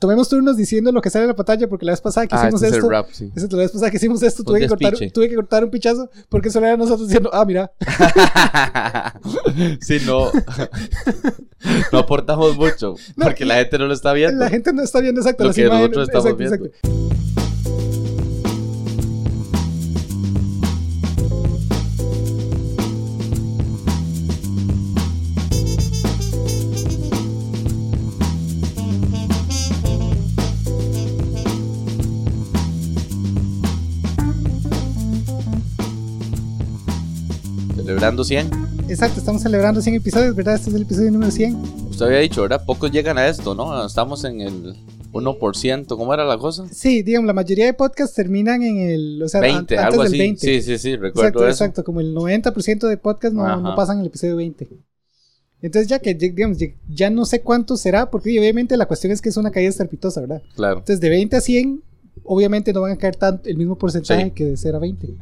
tomemos turnos diciendo lo que sale en la pantalla, porque la vez pasada que Ah, hicimos este es el esto. rap, sí. esa- la vez pasada que hicimos esto, Un tuve que, cortar, despiche. tuve que cortar un pichazo, porque solo era nosotros diciendo, ah, mira, sí, no. no aportamos mucho. No, porque la gente no lo está viendo. la gente no está viendo exacto Lo las que imágenes. nosotros estamos exacto, viendo. exacto. Celebrando 100. Exacto, estamos celebrando 100 episodios, ¿verdad? Este es el episodio número 100. Usted había dicho, ¿verdad? Pocos llegan a esto, ¿no? Estamos en el 1%. ¿Cómo era la cosa? Sí, digamos, la mayoría de podcasts terminan en el, o sea, an- 20, antes algo del así. 20. Sí, sí, sí, recuerdo Exacto, eso. exacto. Como el 90% de podcasts no, no Ajá. pasan el episodio 20. Entonces, ya que, lleg- digamos, lleg- ya no sé cuánto será, porque y, obviamente la cuestión es que es una caída estrepitosa, ¿verdad? Claro. Entonces, de 20 a 100, obviamente no van a caer tanto, el mismo porcentaje Sí. que de 0 a 20.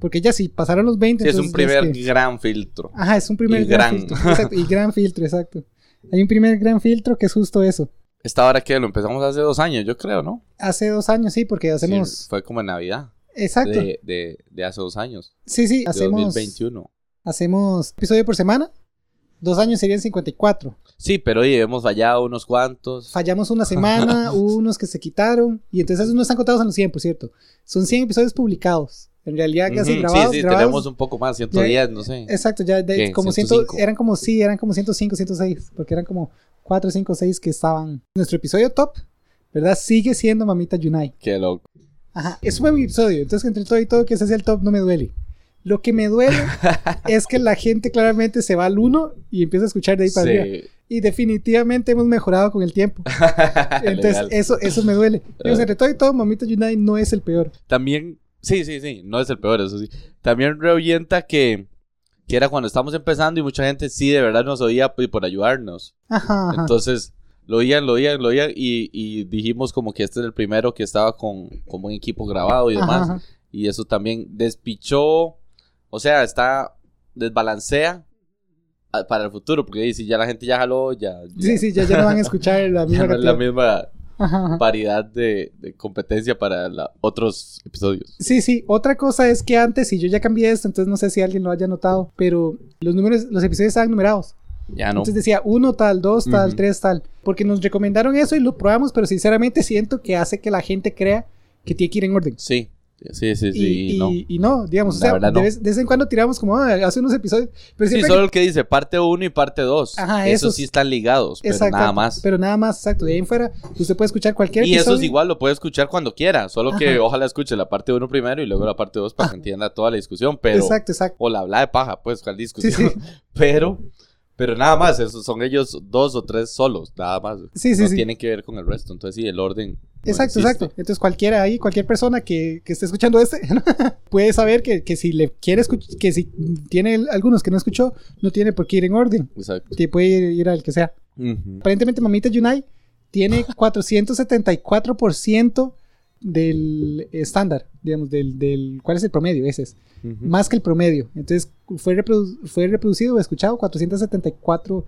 Porque ya si pasaron los 20, Sí, es un entonces este, ya primer que- gran filtro. Ajá, es un primer y gran, gran. filtro. Exacto, y gran filtro, exacto. Hay un primer gran filtro que es justo eso. Esta hora que lo empezamos hace dos años, yo creo, ¿no? Hace dos años, sí, porque Sí, hacemos... fue como en Navidad. Exacto. De, de, de hace dos años. Sí, sí, De hacemos, 2021. hacemos episodio por semana. Dos años serían 54. Sí, pero oye, hemos fallado unos cuantos. Fallamos una semana, hubo unos que se quitaron. Y entonces esos no están contados en los 100, por cierto. Son 100 episodios publicados. En realidad casi Ujú, grabados. sí, sí, grabados. tenemos un poco más, 110, no sé. Exacto, ya de- ¿Qué? como 100 105. eran como sí, eran como 105, 106, porque eran como 4, 5, 6 que estaban. Nuestro episodio top, ¿verdad? Sigue siendo Mamita Yunai. Qué loco. Ajá, es Mm. un buen episodio. Entonces, entre todo y todo, que ese sea el top no me duele. Lo que me duele es que la gente claramente se va al 1 y empieza a escuchar de ahí para arriba. Sí. Y definitivamente hemos mejorado con el tiempo. Entonces, eh, Legal. Ah. eso, eso me duele. Digamos, entre todo y todo, Mamita Yunai no es el peor. También, sí, sí, sí, no es el peor, eso sí. También revienta que, que era cuando estábamos empezando y mucha gente sí de verdad nos oía p- por ayudarnos. Ajá, ajá. Entonces, lo oían, lo oían, lo oían y, y dijimos como que este es el primero que estaba con, con un equipo grabado y Ajá, demás. ajá. Y eso también despichó, o sea, está, desbalancea a- para el futuro, porque ahí si ya la gente ya jaló, ya, ya, Sí, sí, ya, ya no van a escuchar la ya misma no es la cantidad. misma Ajá, ajá. variedad de, de competencia para la- otros episodios. Sí, sí. Otra cosa es que antes, y yo ya cambié esto, entonces no sé si alguien lo haya notado, pero los números, los episodios estaban numerados. Ya Ah, no. Entonces decía uno tal, dos tal, Ujú. tres tal. Porque nos recomendaron eso y lo probamos, pero sinceramente siento que hace que la gente crea que tiene que ir en orden. Sí, sí, sí, sí, Y, y- no. y no, digamos, o La sea, verdad, de, no. vez, de vez en cuando tiramos como ah, hace unos episodios, pero Sí, siempre solo el que dice parte 1 y parte 2. Ajá, esos esos- sí están ligados, pero Exacto, nada más. Pero nada más, exacto. De ahí en fuera, usted puede escuchar cualquier Y episodio. eso es igual, lo puede escuchar cuando quiera, solo que Ajá. ojalá escuche la parte 1 primero y luego la parte 2 para que entienda toda la discusión, pero Exacto, exacto. o la habla de paja, pues, cual discusión. Sí, Pero, pero nada más, esos son ellos dos o tres solos, nada más. Sí, sí, no sí. tienen que ver con el resto, entonces Pues, sí, el orden. no Exacto, existe. exacto. Entonces cualquiera ahí, cualquier persona que, que esté escuchando este, puede saber que, que si le quiere escuchar, que si tiene el- algunos que no escuchó, no tiene por qué ir en orden. Exacto. Que puede ir, ir al que sea. Ujú. Aparentemente Mamita Yunai tiene 474% del estándar, digamos, del, del... ¿Cuál es el promedio? Ese es. Ujú. Más que el promedio. Entonces fue, reprodu- fue reproducido o escuchado 474...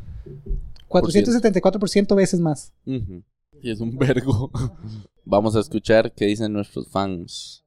474% veces más. Ujú. Y es un vergo. Vamos a escuchar qué dicen nuestros fans.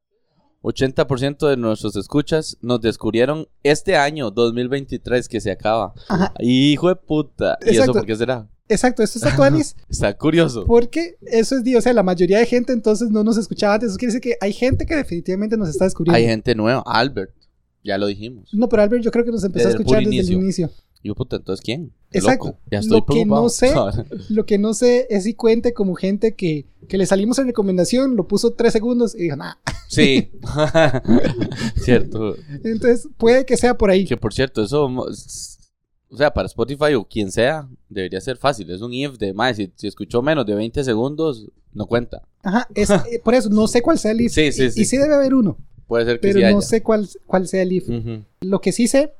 80% de nuestros escuchas nos descubrieron este año 2023 que se acaba. Ajá. Hijo de puta. ¿Y eso Exacto. por qué será? Exacto, esto es actualis Está curioso. porque eso es, di- o sea, la mayoría de gente entonces no nos escuchaba antes. Eso quiere decir que hay gente que definitivamente nos está descubriendo. Hay gente nueva. Albert. Ya lo dijimos. No, pero Albert yo creo que nos empezó Desde a el escuchar puro desde el inicio. Hijo de puta, entonces ¿quién? Qué Exacto. loco. Ya estoy Lo que no preocupado. sé- Lo que no sé es si cuente como gente que, que le salimos en recomendación, lo puso tres segundos y dijo, nah. sí. Cierto. Entonces, puede que sea por ahí. Que por cierto, eso. mo- s- O sea, para Spotify o quien sea, debería ser fácil. Es un if de más. Si, si escuchó menos de 20 segundos, no cuenta. Ajá, es, eh, por eso no sé cuál sea el if. Sí, sí, sí. Y sí debe haber uno, Puede ser que pero sí haya. Mm. no sé cuál, cuál sea el if. Ujú. Lo que sí sé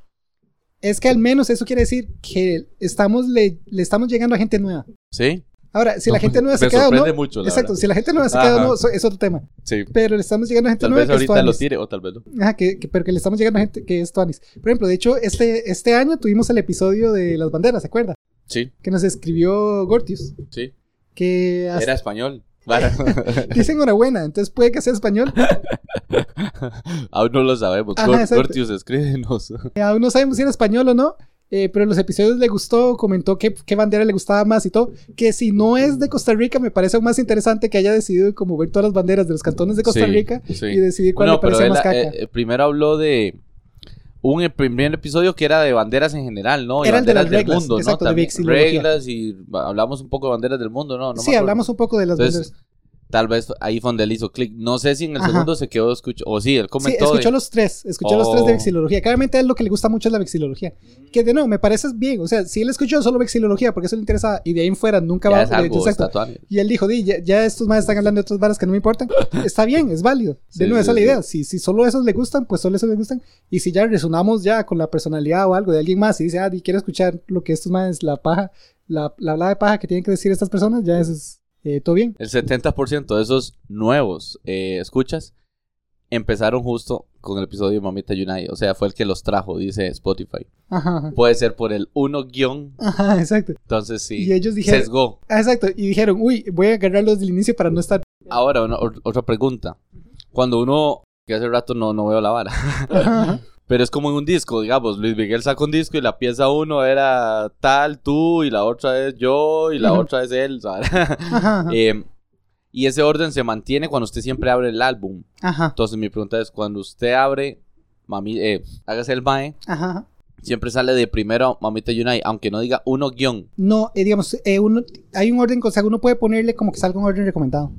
es que al menos eso quiere decir que estamos le, le estamos llegando a gente nueva. Sí. Ahora, si la gente nueva pues, se Me queda o no. sorprende mucho, la Exacto, verdad. si la gente nueva se queda o Ajá. no, eso es otro tema. Sí. Pero le estamos llegando a gente Tal nueva vez que es ahorita lo tuanis. tire o tal vez no. Ajá, que, que- pero que le estamos llegando a gente que es Tuanis. Por ejemplo, de hecho, este, este año tuvimos el episodio de las banderas, ¿se acuerda? Sí, Que nos escribió Gortius. sí. que hasta- Era español. Vara. dicen enhorabuena, entonces puede que sea español. Aún no lo sabemos. Ajá, Cor- exacto. Cortius, escríbenos. Eh, Aún no sabemos si era español o no, eh, pero en los episodios le gustó, comentó qué, qué bandera le gustaba más y todo. Que si no es de Costa Rica, me parece aún más interesante que haya decidido como ver todas las banderas de los cantones de Costa Sí, Rica sí. y decidir cuál No, le parecía él, más caca. eh, eh, primero habló de un e- primer episodio que era de banderas en general, ¿no? Y Era el de banderas las del reglas, mundo, exacto, ¿no? de También vexilología. reglas y ba- hablamos un poco de banderas del mundo, ¿no? No me sí, acuerdo. hablamos un poco de las Entonces, banderas. Tal vez ahí fue donde él hizo clic. No sé si en el Ajá. segundo se quedó escuchó. O sí, él Sí, comentó. escuchó de- los tres, escuchó los tres Oh. de vexilología. Claramente a él lo que le gusta mucho es la vexilología. Que de no, me parece bien. O sea, si él escuchó solo vexilología porque eso le interesaba y de ahí en fuera nunca va Ya a es algo, es exacto. tatuaje. Y él dijo, di, ya, ya estos más están hablando de otras varas que no me importan. Está bien, es válido. De Sí, nuevo, sí, esa es la sí. idea. Si, si solo esos le gustan, pues solo esos le gustan. Y si ya resonamos ya con la personalidad o algo de alguien más y dice, ah, di, quiero escuchar lo que estos más, la paja, la, la hablada de paja que tienen que decir estas personas, ya eso es eh, todo bien. El 70% de esos nuevos eh, escuchas empezaron justo con el episodio de Mamita Yunai. O sea, fue el que los trajo, dice Spotify. Ajá, ajá. Puede ser por el 1 guión. Ajá, exacto. Entonces sí. Y ellos dijeron- Sesgó. Ah, exacto. Y dijeron, uy, voy a agarrarlos del inicio para no estar Ahora, una- or- otra pregunta. Cuando uno, que hace rato no, no veo la vara, Ajá. pero es como en un disco, digamos, Luis Miguel sacó un disco y la pieza uno era tal, tú, y la otra es yo, y la Ujú. otra es él, ¿sabes? Ajá. ajá. Eh, y ese orden se mantiene cuando usted siempre abre el álbum. Ajá. Entonces mi pregunta es, cuando usted abre, mami, eh, hágase el mae, Ajá. siempre sale de primero Mamita Yunai, aunque no diga uno guión. No, eh, digamos, eh, uno, hay un orden, o sea, uno puede ponerle como que salga un orden recomendado.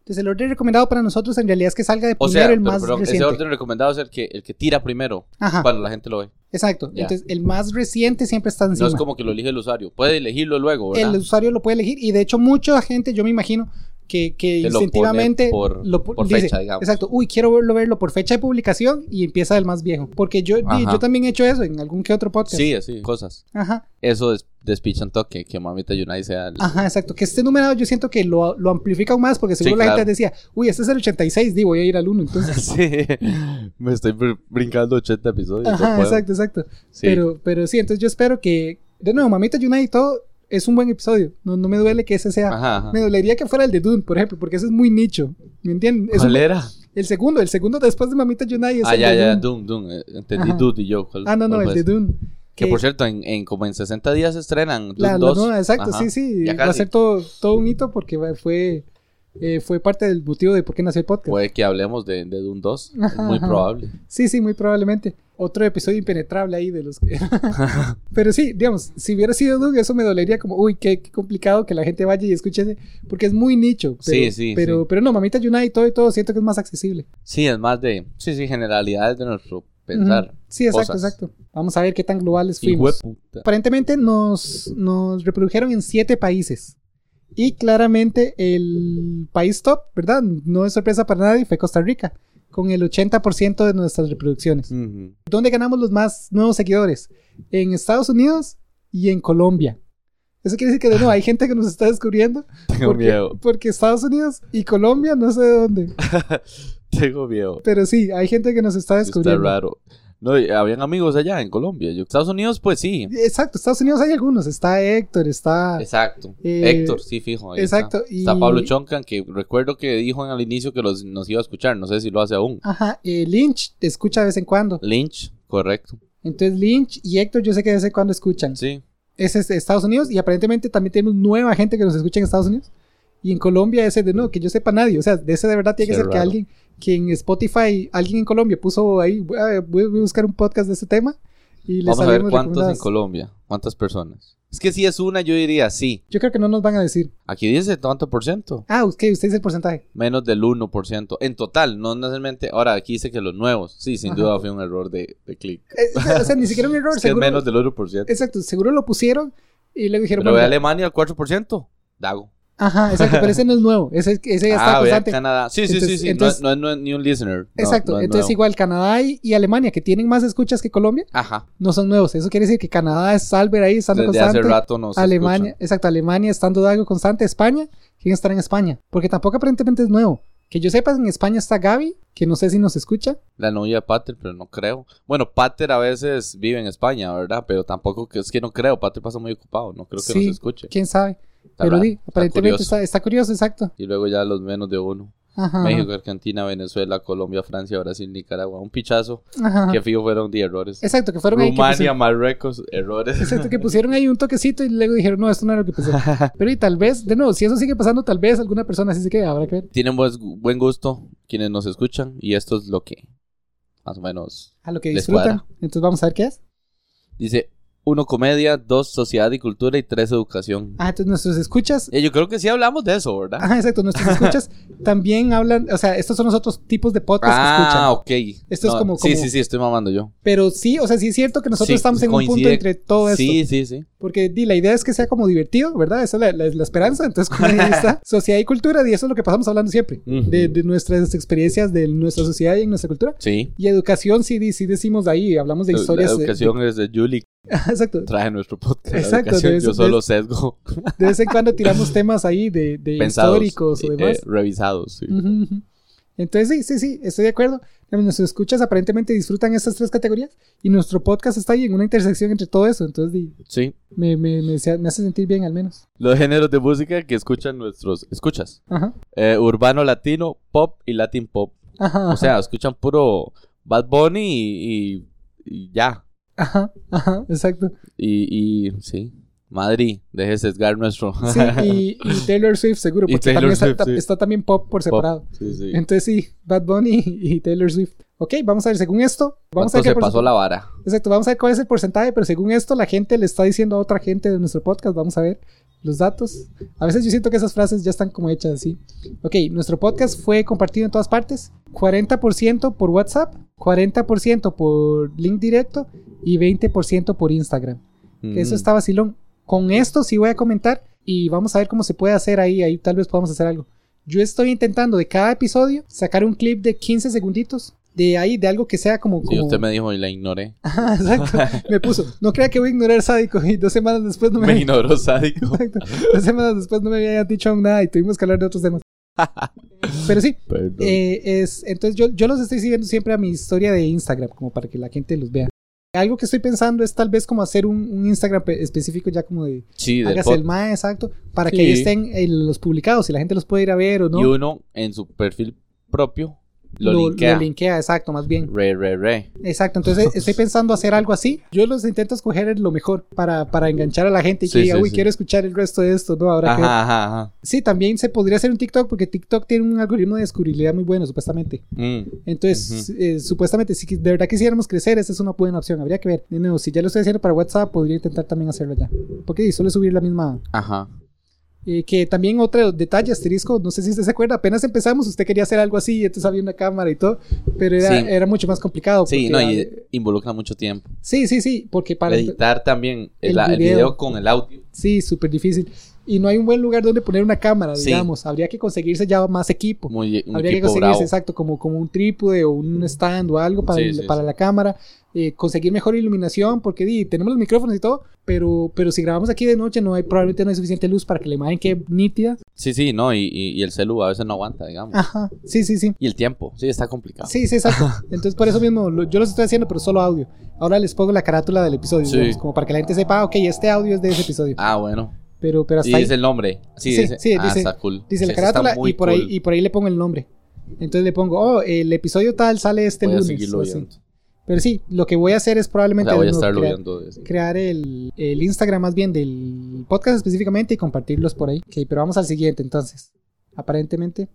Entonces, el orden recomendado para nosotros en realidad es que salga de O primero sea, el pero- más pero ese reciente. orden recomendado es el que, el que tira primero Ajá, cuando la gente lo ve. exacto. Ya. Entonces, el más reciente siempre está No encima. es como que lo elige el usuario. Puede elegirlo luego, ¿verdad? el usuario lo puede elegir y de hecho mucha gente, yo me imagino, que, que, Que lo instintivamente pone por- lo pu- por dice, fecha, digamos. Exacto, uy, quiero verlo, verlo por fecha de publicación y empieza del más viejo. Porque yo, di- Ajá. yo también he hecho eso en algún que otro podcast. Sí, así, cosas. Ajá, Eso es despichan toque, que Mamita Yunai sea el... ajá, exacto. Que este numerado yo siento que lo, lo amplifica aún más porque Sí, seguro la claro. gente decía, uy, este es el 86, di, voy a ir al 1. Entonces, Sí, me estoy br- brincando 80 episodios. no Ajá, puedo. exacto, exacto. Sí. Pero, pero sí, entonces yo espero que. De nuevo, Mamita Yuna y todo es un buen episodio. No, no me duele que ese sea. Ajá, ajá. Me dolería que fuera el de Dune, por ejemplo, porque ese es muy nicho. ¿Me entienden? Es ¿Cuál un- era? el segundo, el segundo después de Mamita Yunai es Ah, el ya, de ya, Dune. Doom, Doom. eh, Entendí Ajá. Dude y yo. ¿cuál- Ah, no, no, cuál el fue de ese? Dune. Que Eh, por cierto, en, en como en 60 días se estrenan Doom la, la 2. nueva, exacto, Ajá. sí, sí. Ya Va a casi. ser todo, todo un hito porque va- fue, eh, fue parte del motivo de por qué nació el podcast. Puede que hablemos de, de Doom 2. es Ajá, Muy ajá. probable. Sí, sí, muy probablemente. Otro episodio impenetrable ahí de los que... Pero sí, digamos, si hubiera sido Doug, eso me dolería como, uy, qué, qué complicado que la gente vaya y escuche ese, porque es muy nicho. Pero, Sí, sí, Pero, sí. pero no, Mamita Yuna y todo y todo, siento que es más accesible. Sí, es más de... Sí, sí, generalidades de nuestro pensar. Ujú. Sí, exacto, cosas. exacto. Vamos a ver qué tan globales Hijo de fuimos. puta. Aparentemente nos, nos reprodujeron en siete países. Y claramente el país top, ¿verdad? No es sorpresa para nadie, fue Costa Rica, con el 80% de nuestras reproducciones. Ujú. ¿Dónde ganamos los más nuevos seguidores? En Estados Unidos y en Colombia. Eso quiere decir que de nuevo hay gente que nos está descubriendo. Tengo Porque, miedo. porque Estados Unidos y Colombia, no sé de dónde. Tengo miedo. Pero sí, hay gente que nos está Está descubriendo. raro. No, y habían amigos allá en Colombia. Yo, Estados Unidos, pues sí. Exacto, Estados Unidos hay algunos. Está Héctor, está. Exacto. Eh, Héctor, sí, fijo. ahí está. Exacto. Y, Está Pablo Choncan, que recuerdo que dijo al inicio que los, nos iba a escuchar. No sé si lo hace aún. Ajá, eh, Lynch te escucha de vez en cuando. Lynch, correcto. Entonces Lynch y Héctor, yo sé que de vez en cuando escuchan. Sí. Ese es de Estados Unidos y aparentemente también tenemos nueva gente que nos escucha en Estados Unidos. Y en Colombia ese de no, que yo sepa nadie. O sea, de ese de verdad tiene que Qué ser que raro. alguien, que en Spotify, alguien en Colombia puso ahí, voy a, voy a buscar un podcast de este tema y les Vamos a ver habíamos cuántos en recomendadas. Colombia. ¿Cuántas personas? Es que si es una, yo diría sí. Yo creo que no nos van a decir. Aquí dice tanto por ciento. Ah, ok, usted dice el porcentaje. Menos del 1%. En total, no necesariamente. Ahora, aquí dice que los nuevos. Sí, sin Ajá. duda fue un error de, de clic. Eh, o, sea, o sea, ni siquiera un error. Es que es seguro, menos del 1%. Exacto, seguro lo pusieron y luego dijeron, Pero ve a bueno, Alemania al 4%. Dago. ajá, exacto, pero ese no es nuevo. Ese, ese ya está ah, ve a constante. Canadá. Sí, sí, Entonces- sí. sí. entonces- no, es- no es ni un listener. No, Exacto, no es entonces nuevo. igual Canadá y, y Alemania, que tienen más escuchas que Colombia, Ajá. no son nuevos. Eso quiere decir que Canadá es Salver ahí, estando Desde hace constante. rato nos Alemania, exacto, Alemania estando de algo constante. España, ¿quién estará en España? Porque tampoco aparentemente es nuevo. Que yo sepa, en España está Gaby, que no sé si nos escucha. La novia de Pater, pero no creo. Bueno, Pater a veces vive en España, ¿verdad? Pero tampoco que es que no creo. Pater pasa muy ocupado. No creo que Sí. nos escuche. ¿Quién sabe? Pero raro, sí, aparentemente curioso. está, está curioso, exacto. Y luego ya los menos de uno. Ajá. México, Argentina, Venezuela, Colombia, Francia, Brasil, Nicaragua. Un pichazo ajá, ajá. que fijo fueron de errores. Exacto, que fueron ahí que Rumania, pusieron- Marruecos, errores. Exacto, que pusieron ahí un toquecito y luego dijeron, no, esto no era lo que pensé. Pero y tal vez, de nuevo, si eso sigue pasando, tal vez alguna persona así se queda, habrá que ver. Tienen buen, buen gusto quienes nos escuchan y esto es lo que más o menos A lo que Les disfrutan. cuadra. Entonces vamos a ver qué es. dice. Uno comedia, dos sociedad y cultura y tres educación. Ah, entonces nuestros escuchas. Eh, yo creo que sí hablamos de eso, ¿verdad? Ajá, exacto, nuestros escuchas también hablan, o sea, estos son los otros tipos de podcast que escuchan. Ah, ok. Esto es como- Sí, como- sí, sí, estoy mamando yo. Pero sí, o sea, sí es cierto que nosotros Sí, estamos en un punto coincide. entre todo esto. Sí, sí, sí. Porque di, la idea es que sea como divertido, ¿verdad? Esa es la, la- la esperanza. Entonces, como ahí está, sociedad y cultura, y eso es lo que pasamos hablando siempre. Ujú. De, de nuestras experiencias, de nuestra sociedad y en nuestra cultura. Sí. Y educación, sí, di- sí decimos ahí, hablamos de La- historias. La de- educación es de Julie, exacto. trae nuestro podcast. Exacto, Exacto. de eso- yo solo sesgo De vez en cuando tiramos temas ahí de, de pensados. históricos o eh, demás. Mm. eh, revisados, sí. Ujú, ujú. Entonces, sí, sí, sí, estoy de acuerdo. Nuestros escuchas aparentemente disfrutan estas tres categorías y nuestro podcast está ahí en una intersección entre todo eso. Entonces, di, Sí. me, me- me se- me hace sentir bien al menos. Los géneros de música que escuchan nuestros... Escuchas. Ajá. Eh, urbano latino, pop y latin pop. Ajá. O sea, escuchan puro Bad Bunny y, y- y ya. Ajá, ajá, exacto. Y, y sí. Madrid, deje sesgar nuestro. Sí, y, y Taylor Swift seguro, Y porque Taylor también está- Swift, está, sí. está también pop por separado. Sí, sí. Entonces sí, Bad Bunny y Taylor Swift. Ok, vamos a ver, según esto, vamos a ver ¿Cuánto se qué porcent- pasó la vara. Exacto, vamos a ver cuál es el porcentaje, pero según esto la gente le está diciendo a otra gente de nuestro podcast, vamos a ver los datos. A veces yo siento que esas frases ya están como hechas así. Ok, nuestro podcast fue compartido en todas partes, 40% por WhatsApp, 40% por link directo y 20% por Instagram. que Eso Mm. está vacilón. Con esto sí voy a comentar y vamos a ver cómo se puede hacer ahí. Ahí tal vez podamos hacer algo. Yo estoy intentando de cada episodio sacar un clip de 15 segunditos de ahí, de algo que sea como. Sí, como- usted me dijo y la ignoré. Ajá, Ah, exacto. Me puso. No crea que voy a ignorar sádico y dos semanas después no me. Me ignoró sádico. Exacto. Dos semanas después no me habían dicho nada y tuvimos que hablar de otros temas. Pero sí, Perdón. eh, es, entonces yo, yo los estoy siguiendo siempre a mi historia de Instagram, como para que la gente los vea. Algo que estoy pensando es tal vez como hacer un, un Instagram pe- específico ya como de sí, del hágase el pod- MAE, exacto, para que Sí. ahí estén eh, los publicados y la gente los puede ir a ver o no. Y uno en su perfil propio lo, linkea. exacto, más bien. Re, re, re. Exacto, entonces estoy pensando hacer algo así. Yo los intento escoger lo mejor para, para enganchar a la gente y que Sí, diga, sí, uy, sí. quiero escuchar el resto de esto, ¿no? Habrá que ver. Ajá, ajá, ajá. Sí, también se podría hacer un TikTok porque TikTok tiene un algoritmo de descubribilidad muy bueno, supuestamente. Mm. Entonces, eh, supuestamente, si de verdad quisiéramos crecer, esa es una buena opción. Habría que ver. De nuevo, si ya lo estoy haciendo para WhatsApp, podría intentar también hacerlo ya. Porque sí, suele subir la misma. Ajá. Eh, que también otro detalle, asterisco, no sé si usted se acuerda, apenas empezamos, usted quería hacer algo así, y entonces había una cámara y todo, pero era, Sí. era mucho más complicado. Sí, porque, no, eh, y involucra mucho tiempo. sí, sí, sí, porque para... Editar también el, el la- el video. video. con el audio. Sí, súper difícil. Y no hay un buen lugar donde poner una cámara, Sí. digamos. Habría que conseguirse ya más equipo. Muy, un Habría que equipo conseguirse, bravo. exacto, como, como un trípode o un stand o algo para, Sí, el- sí, para sí. la cámara. Eh, conseguir mejor iluminación, porque di, tenemos los micrófonos y todo, pero, pero si grabamos aquí de noche, no hay, probablemente no hay suficiente luz para que la imagen quede nítida. Sí, sí, no, y, y- y el celu a veces no aguanta, digamos. Ajá, sí, sí, sí. Y el tiempo, sí, está complicado. Ah. Sí, sí, exacto. Entonces, por eso mismo, lo- yo los estoy haciendo, pero solo audio. Ahora les pongo la carátula del episodio, Sí. digamos, como para que la gente sepa, ah, ok, este audio es de ese episodio. Ah, bueno. Pero, pero Y hasta ahí dice el nombre. Sí, Sí, dice. sí, ah, dice- está cool. dice Sí, la eso está carátula muy y por, ahí, cool. y por ahí le pongo el nombre. Entonces le pongo, oh, el episodio tal sale este Voy a lunes. seguirlo o así. viendo. Pero sí, lo que voy a hacer es O probablemente sea, voy a de nuevo estarlo crear, viendo. desde- crear el, el Instagram más bien del podcast específicamente y compartirlos por ahí. Ok, pero vamos al siguiente entonces. Aparentemente.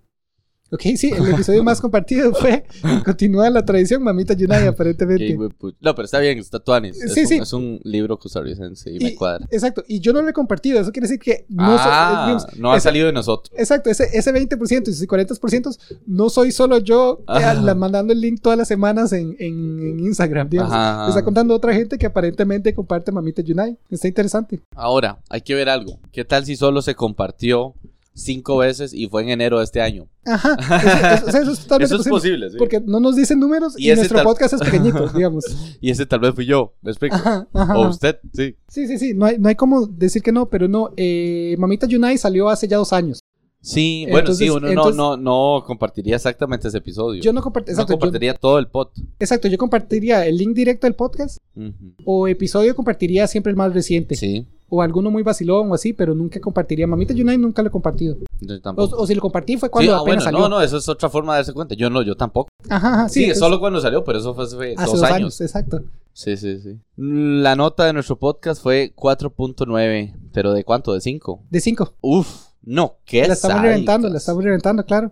Ok, sí, el episodio más compartido fue Continúa la tradición, Mamita Yunay, aparentemente. Qué huepu- No, pero está bien, está tuanis. Sí, es, sí. Un, es un libro costarricense y, Y- me cuadra. Exacto, y yo no lo he compartido, eso quiere decir que no so- ah, digamos, no ha ese- salido de nosotros. Exacto, ese, ese 20% y sus 40% no soy solo yo eh, Ah. la- mandando el link todas las semanas en, en- en Instagram, digamos. Ajá. Está contando otra gente que aparentemente comparte Mamita Yunai. Está interesante. Ahora, hay que ver algo. ¿Qué tal si solo se compartió cinco veces y fue en enero de este año? Ajá, eso, eso- o sea, eso es totalmente Eso es posible. posible, sí. Porque no nos dicen números Y y, ese nuestro tal- podcast es pequeñito, digamos. Y ese tal vez fui yo, ¿me explico? Ajá, ajá. O usted, sí. Sí, sí, sí, no hay, no hay como decir que no, pero no. eh, Mamita Yunai salió hace ya dos años. Sí, bueno, Entonces- sí, uno entonces- no, no, no compartiría exactamente ese episodio. Yo no, compart- No exacto, yo- compartiría todo el pot. exacto, yo compartiría el link directo del podcast Ujú. o episodio compartiría siempre el más reciente. Sí, O alguno muy vacilón o así, pero nunca compartiría. Mamita Yunai nunca lo he compartido. yo O, tampoco. o si lo compartí fue Pues, Sí, cuando ah, bueno, apenas no, salió. no, eso es otra forma de darse cuenta. Yo no, yo tampoco. Ajá, ajá, Sí, sí. entonces- solo cuando salió, pero eso fue hace Hace dos, años. exacto. Sí, sí, sí. La nota de nuestro podcast fue 4.9, pero ¿de cuánto? ¿De 5? De cinco. Uf, no, qué La estamos sádicas. reventando, la estamos reventando, claro.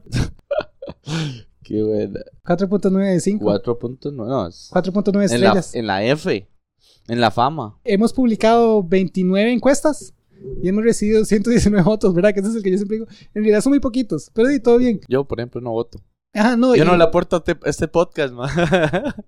Qué buena. 4.9 de 5. 4.9, no, es- 4.9 en la, estrellas. en la F, en la fama. Hemos publicado 29 encuestas y hemos recibido 119 votos, ¿verdad? Que ese es el que yo siempre digo. En realidad son muy poquitos, pero di todo bien. Yo, por ejemplo, no voto. Ajá, no, Yo y no le aporto a este- a este podcast, man.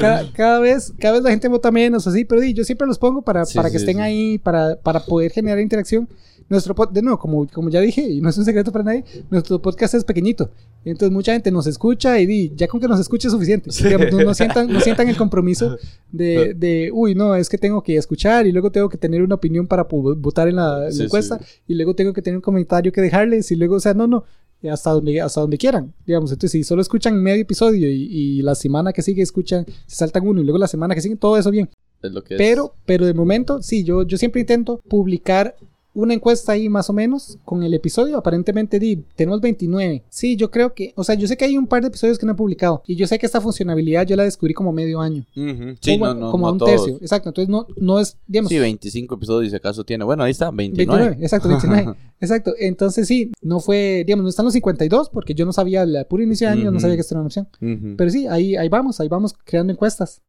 cada, cada vez, cada vez la gente vota menos, así, pero di, yo siempre los pongo para, Sí, para que sí, estén sí. ahí, para, para poder generar interacción. Nuestro pod- de nuevo, como, como ya dije, y no es un secreto para nadie, nuestro podcast es pequeñito. Entonces mucha gente nos escucha y di, ya con que nos escuche es suficiente. Sí. Digamos, no, no sientan, no sientan el compromiso de, de, uy, no, es que tengo que escuchar y luego tengo que tener una opinión para pu- votar en la, en la Sí, encuesta y luego tengo que tener un comentario que dejarles y luego, o sea, no, no, hasta donde, hasta donde quieran, digamos. Entonces, si solo escuchan medio episodio y, y la semana que sigue escuchan, se saltan uno y luego la semana que sigue, todo eso bien. Es lo que es. Pero, pero de momento, sí, yo, yo siempre intento publicar una encuesta ahí más o menos con el episodio. Aparentemente di, tenemos 29. Sí, yo creo que, o sea, yo sé que hay un par de episodios que no he publicado y yo sé que esta funcionalidad yo la descubrí como medio año. Ujú. Sí, O no, bueno, no, como no a un todos. tercio. Exacto, entonces no, no es, digamos, Sí, 25 episodios si acaso tiene. Bueno, ahí está, 29. 29, exacto, 29. exacto, entonces sí, no fue, digamos, no están los 52 porque yo no sabía, la pura inicio de año, no Ujú. sabía que esto era una opción. Ujú. Pero sí, ahí, ahí vamos, ahí vamos creando encuestas.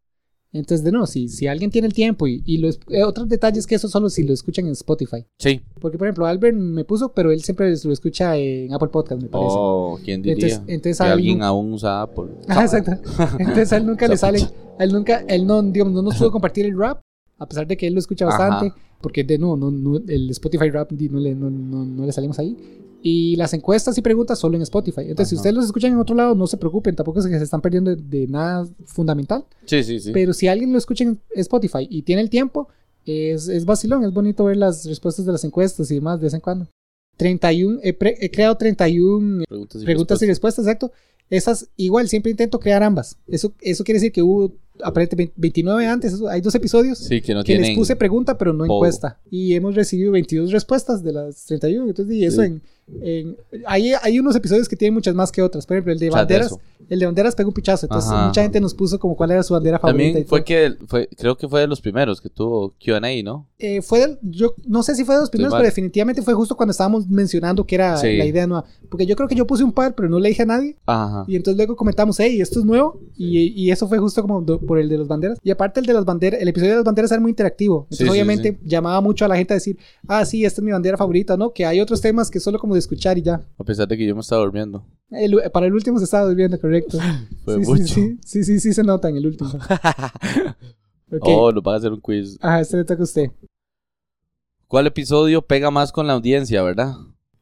Entonces, de nuevo, si, si alguien tiene el tiempo y, y lo es- eh, otros detalles que eso solo si lo escuchan en Spotify. Sí. Porque, por ejemplo, Albert me puso, pero él siempre lo escucha en Apple Podcast, me parece. Oh, ¿quién diría? entonces, entonces que a él alguien nu- aún usa Apple. Ajá, Ah, exacto. Entonces a él nunca le Esa sale, a él nunca, él no, digamos, no nos pudo compartir el rap, a pesar de que él lo escucha Ajá. bastante, porque de nuevo, no, no- el Spotify rap di, no le, no, no- no le salimos ahí. Y las encuestas y preguntas solo en Spotify. Entonces, si Ajá. ustedes los escuchan en otro lado, no se preocupen, tampoco es que se están perdiendo de, de nada fundamental. Sí, sí, sí. Pero si alguien lo escucha en Spotify y tiene el tiempo, es, es vacilón, es bonito ver las respuestas de las encuestas y demás de vez en cuando. 31, he, pre- he creado 31 Preguntas y Preguntas y respuestas, respuestas. exacto. Esas igual, siempre intento crear ambas. Eso, eso quiere decir que hubo aparentemente 29 antes, eso- hay dos episodios Sí, que no que tienen. les puse pregunta, pero no Pogo. encuesta. Y hemos recibido 22 respuestas de las 31. Entonces, y eso Sí. en... en- hay, hay unos episodios que tienen muchas más que otras. Por ejemplo, el de chat de banderas. eso. El de banderas pegó un pichazo. Entonces, Ajá. mucha gente nos puso como cuál era su bandera favorita. y También fue todo. que, fue, creo que fue de los primeros que tuvo QA, ¿no? Eh, fue del- yo no sé si fue de los primeros, mal. pero definitivamente fue justo cuando estábamos mencionando que era Sí. la idea nueva. Porque yo creo que yo puse un par, pero no le dije a nadie. Ajá. Y entonces luego comentamos, hey, esto es nuevo. Y, y eso fue justo como do- por el de las banderas. Y aparte el de las banderas, el episodio de las banderas era muy interactivo. Entonces Sí, sí, obviamente llamaba mucho a la gente a decir, ah, sí, esta es mi bandera favorita, ¿no? Que hay otros temas que solo como de escuchar y ya. A pesar de que yo me estaba durmiendo. El- para el último se estaba durmiendo, correcto. Fue sí, mucho. sí, sí, sí, sí, sí, se nota en el último. Ok. Oh, nos van a hacer un quiz. Ajá, este le toca a usted. ¿Cuál episodio pega más con la audiencia, verdad?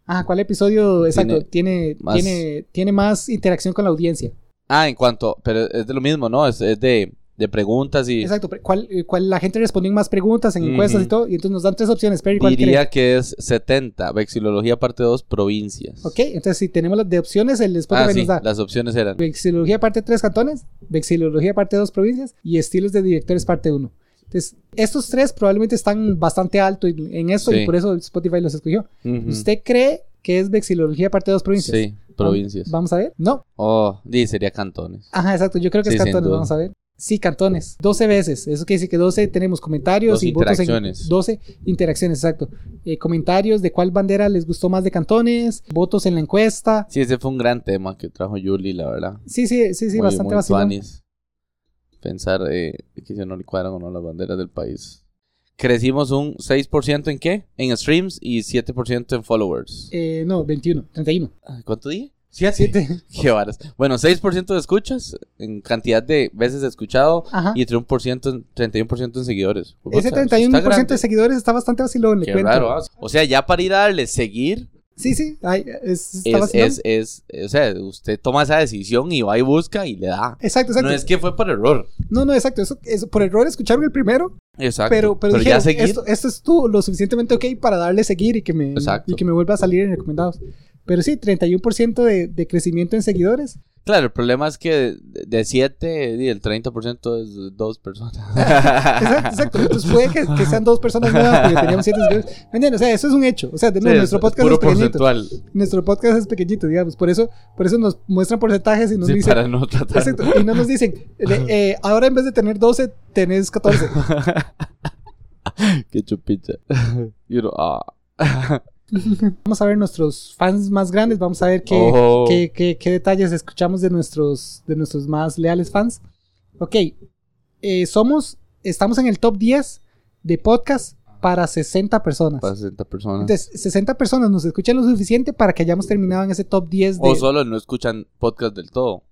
Ajá, ¿cuál episodio exacto tiene, más- tiene, tiene más interacción con la audiencia? Ah, en cuanto. Pero es de lo mismo, ¿no? Es, es de, de preguntas y. Exacto, pre- ¿cuál, eh, cuál la gente respondió en más preguntas, en encuestas Ujú. y todo? Y entonces nos dan tres opciones, Perry, ¿cuál cree? Diría que es 70. Vexilología parte 2, provincias. Ok, pues, entonces si tenemos las de opciones, el Spotify Ah, sí, nos da las opciones eran. vexilología parte 3 cantones, vexilología parte 2 provincias y estilos de directores parte 1. Entonces, estos tres probablemente están bastante alto en en esto y Sí. por eso Spotify los escogió. Ujú. ¿Usted cree que es vexilología parte 2 provincias? Ah, Sí, provincias. Vamos a ver. No. Oh, di, sería cantones. Ajá, exacto. Yo creo que Sí, es sin cantones. duda. Vamos a ver. Sí, cantones. 12 veces. Eso quiere decir que 12 tenemos comentarios 12 y votos en interacciones. 12 interacciones, exacto. Eh, comentarios de cuál bandera les gustó más de cantones, votos en la encuesta. Sí, ese fue un gran tema que trajo Yuli, la verdad. Sí, sí, sí, sí, Muy- bastante muy vacilón. tuanis. Pensar eh, que si no le cuadran o no las banderas del país. Crecimos un 6% en qué? En streams y 7% en followers. Eh, no, 21, 31. Ah, ¿Cuánto dije? 7. Siete. Qué varas. Bueno, 6% de escuchas en cantidad de veces escuchado Ajá. y 31% en, 31% en seguidores. Pues, O sea, Ese está 31% grande. de seguidores está bastante vacilón, le Qué cuento. raro. ah. O sea, ya para ir a darle seguir Sí, sí, ay, es, está es, vacilón. es, es, o sea, usted toma esa decisión y va y busca y le da. Exacto, exacto. No es que fue por error. No, no, exacto. Eso, eso, por error escucharon el primero, Exacto. pero, pero, ya dijeron, seguir. esto, esto es tú, lo suficientemente ok para darle seguir y que me, Exacto. y que me vuelva a salir en recomendados. Pero sí, 31% de, de crecimiento en seguidores. Claro, el problema es que de 7, el 30% es de dos personas. Exacto, exacto. Entonces puede que, que sean dos personas nuevas porque teníamos siete seguidores. ¿Me entienden? O sea, eso es un hecho. O sea, de nuevo, Sí, nuestro es podcast es, puro pequeñito. porcentual. Nuestro podcast es pequeñito, digamos. Por eso, por eso nos muestran porcentajes y nos Sí, dicen. para no tratar. Exacto, Y no nos dicen, le- eh, ahora en vez de tener 12, tenés 14. Qué chupita. Y uno, ah. Vamos a ver nuestros fans más grandes, vamos a ver qué, Oh. qué, qué- qué detalles escuchamos de nuestros, de nuestros más leales fans. Ok, eh, somos, estamos en el top 10 de podcast para 60 personas. Para 60 personas. Entonces, 60 personas nos escuchan lo suficiente para que hayamos terminado en ese top 10 de... O solo no escuchan podcast del todo.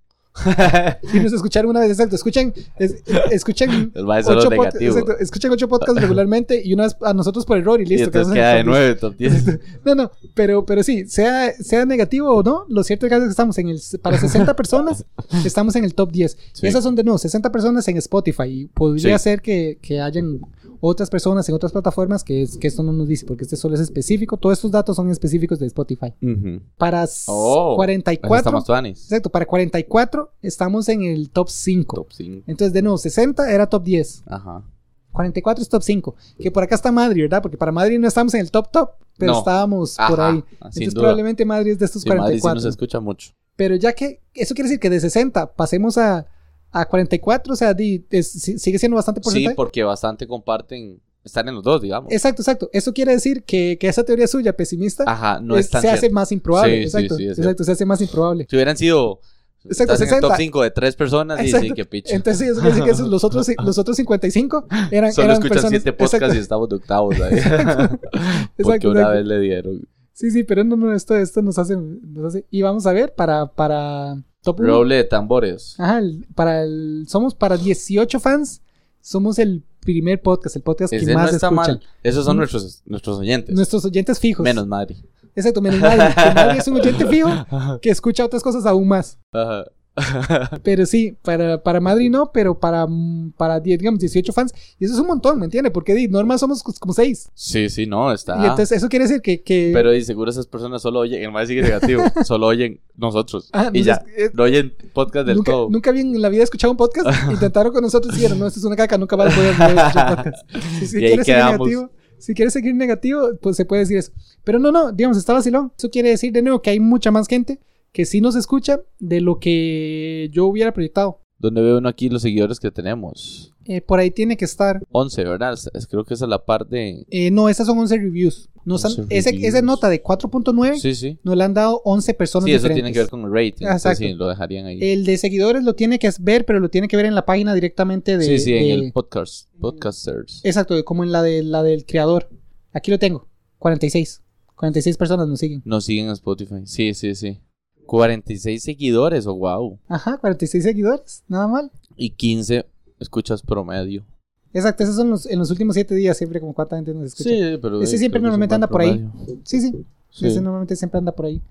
Y nos escucharon una vez, exacto, escuchan, es- escuchan... El va Ah, es ocho solo pod- negativo. exacto, escuchan ocho podcasts regularmente y una vez a nosotros por error y Y listo. pues, quedamos entonces en el queda de top 10. 9, top 10. No, no, pero, pero sí, sea, sea negativo o no, lo cierto es que estamos en el, para 60 personas, estamos en el top 10. Sí. Esas son de nuevo, 60 personas en Spotify. Y podría Sí. ser que, que hayan otras personas en otras plataformas que, es- que esto no nos dice, porque este solo es específico. Todos estos datos son específicos de Spotify. Ujú. Para s- Oh, Ahí 44, Estamos tuanis. exacto, para 44 estamos en el top 5. Top 5. Entonces, de nuevo, 60 era top 10. Ajá. 44 es top 5. Que por acá está Madrid, ¿verdad? Porque para Madrid no estamos en el top top, pero No. estábamos por Ajá. ahí. Sin Entonces duda. probablemente Madrid es de estos Sí, Madrid sí 44. nos escucha mucho. Pero ya que eso quiere decir que de 60 pasemos a, a 44, o sea, di- es- si- sigue siendo bastante Sí, porcentaje. porque bastante comparten. Están en los dos, digamos. Exacto, exacto. Eso quiere decir que, que esa teoría suya pesimista Ajá, Ah, no es- es tan se hace cierto. más improbable. Sí, sí, exacto, sí, es cierto. exacto, se hace más improbable. Si hubieran sido. Exacto, estás en el 60. top 5 de tres personas y Exacto. sí, que picha. Entonces, sí, eso quiere decir que esos- los, otros, los otros 55 eran, Solo eran escuchan personas. siete podcasts exacto, y estamos de octavos ahí. Porque exacto, una exacto. vez le dieron. Sí, sí, pero no, no, esto, esto nos, hace, nos hace. Y vamos a ver para, para top uno. Roble de tambores. Ajá, el- para el, somos para 18 fans, somos el primer podcast, el podcast Ese que no más está escuchan. mal. Esos son Mm. nuestros, nuestros oyentes. Nuestros oyentes fijos. Menos Madri. Exacto, menos nadie. Que nadie es un oyente fijo que escucha otras cosas aún más. Ajá. Pero sí, para, para Madrid no, pero para, mm, para die- digamos, 18 fans. Y eso es un montón, ¿me entiendes? Porque di, normal somos cos- como 6. Sí, sí, no, está. Y entonces eso quiere decir que... que Ah. Pero y seguro esas personas solo oyen, el más sigue negativo, solo oyen nosotros. Ah, y no, ya, es- eh, no oyen podcast del nunca, todo. nunca bien en la vida he escuchado un podcast. Intentaron con nosotros y dijeron, no, esto es una caca, nunca van a poder poder escuchar podcast. Si, si Y ahí quieres seguir quedamos. negativo, si quieres seguir negativo, pues se puede decir eso. Pero no, no, digamos, está vacilón. Eso quiere decir de nuevo que hay mucha más gente que sí nos escucha de lo que yo hubiera proyectado. Donde veo uno aquí los seguidores que tenemos. Eh, por ahí tiene que estar. 11 11, ¿verdad? Es- es- creo que esa es la parte. Eh, no, esas son 11 reviews. Nos han- 11 ese- reviews. Esa nota de 4.9 Sí, sí. nos la han dado 11 personas Sí, eso diferentes. tiene que ver con el rating. Entonces, Exacto. Eh, sí, lo dejarían ahí. El de seguidores lo tiene que ver, pero lo tiene que ver en la página directamente de... sí, sí, de- eh. en el podcast. Podcasters. Exacto, como en la, de, la del creador. Aquí lo tengo. 46. 46 personas nos siguen. Nos siguen en Spotify. Sí, sí, sí. 46 seguidores, oh, wow. Ajá, 46 seguidores. Nada mal. Y 15 escuchas promedio. Exacto, esos son los, en los últimos 7 días, siempre como cuánta gente nos escucha. Sí, pero. Ese eh, siempre creo que es un normalmente buen anda por ahí. promedio. sí. Sí. Ese normalmente siempre anda por ahí.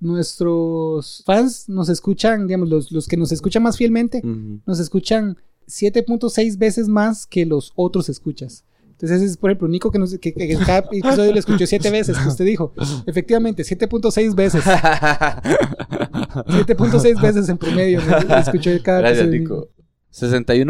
Nuestros fans nos escuchan, digamos, los, los que nos escuchan más fielmente, Ujú. nos escuchan 7.6 veces más que los otros escuchas. Entonces, ese es, por ejemplo, Nico que, nos, que, que cada episodio lo escuchó 7 veces, que usted dijo. Efectivamente, 7.6 veces. 7.6 veces en promedio. ¿no? Escuché cada Gracias, episodio de Nico.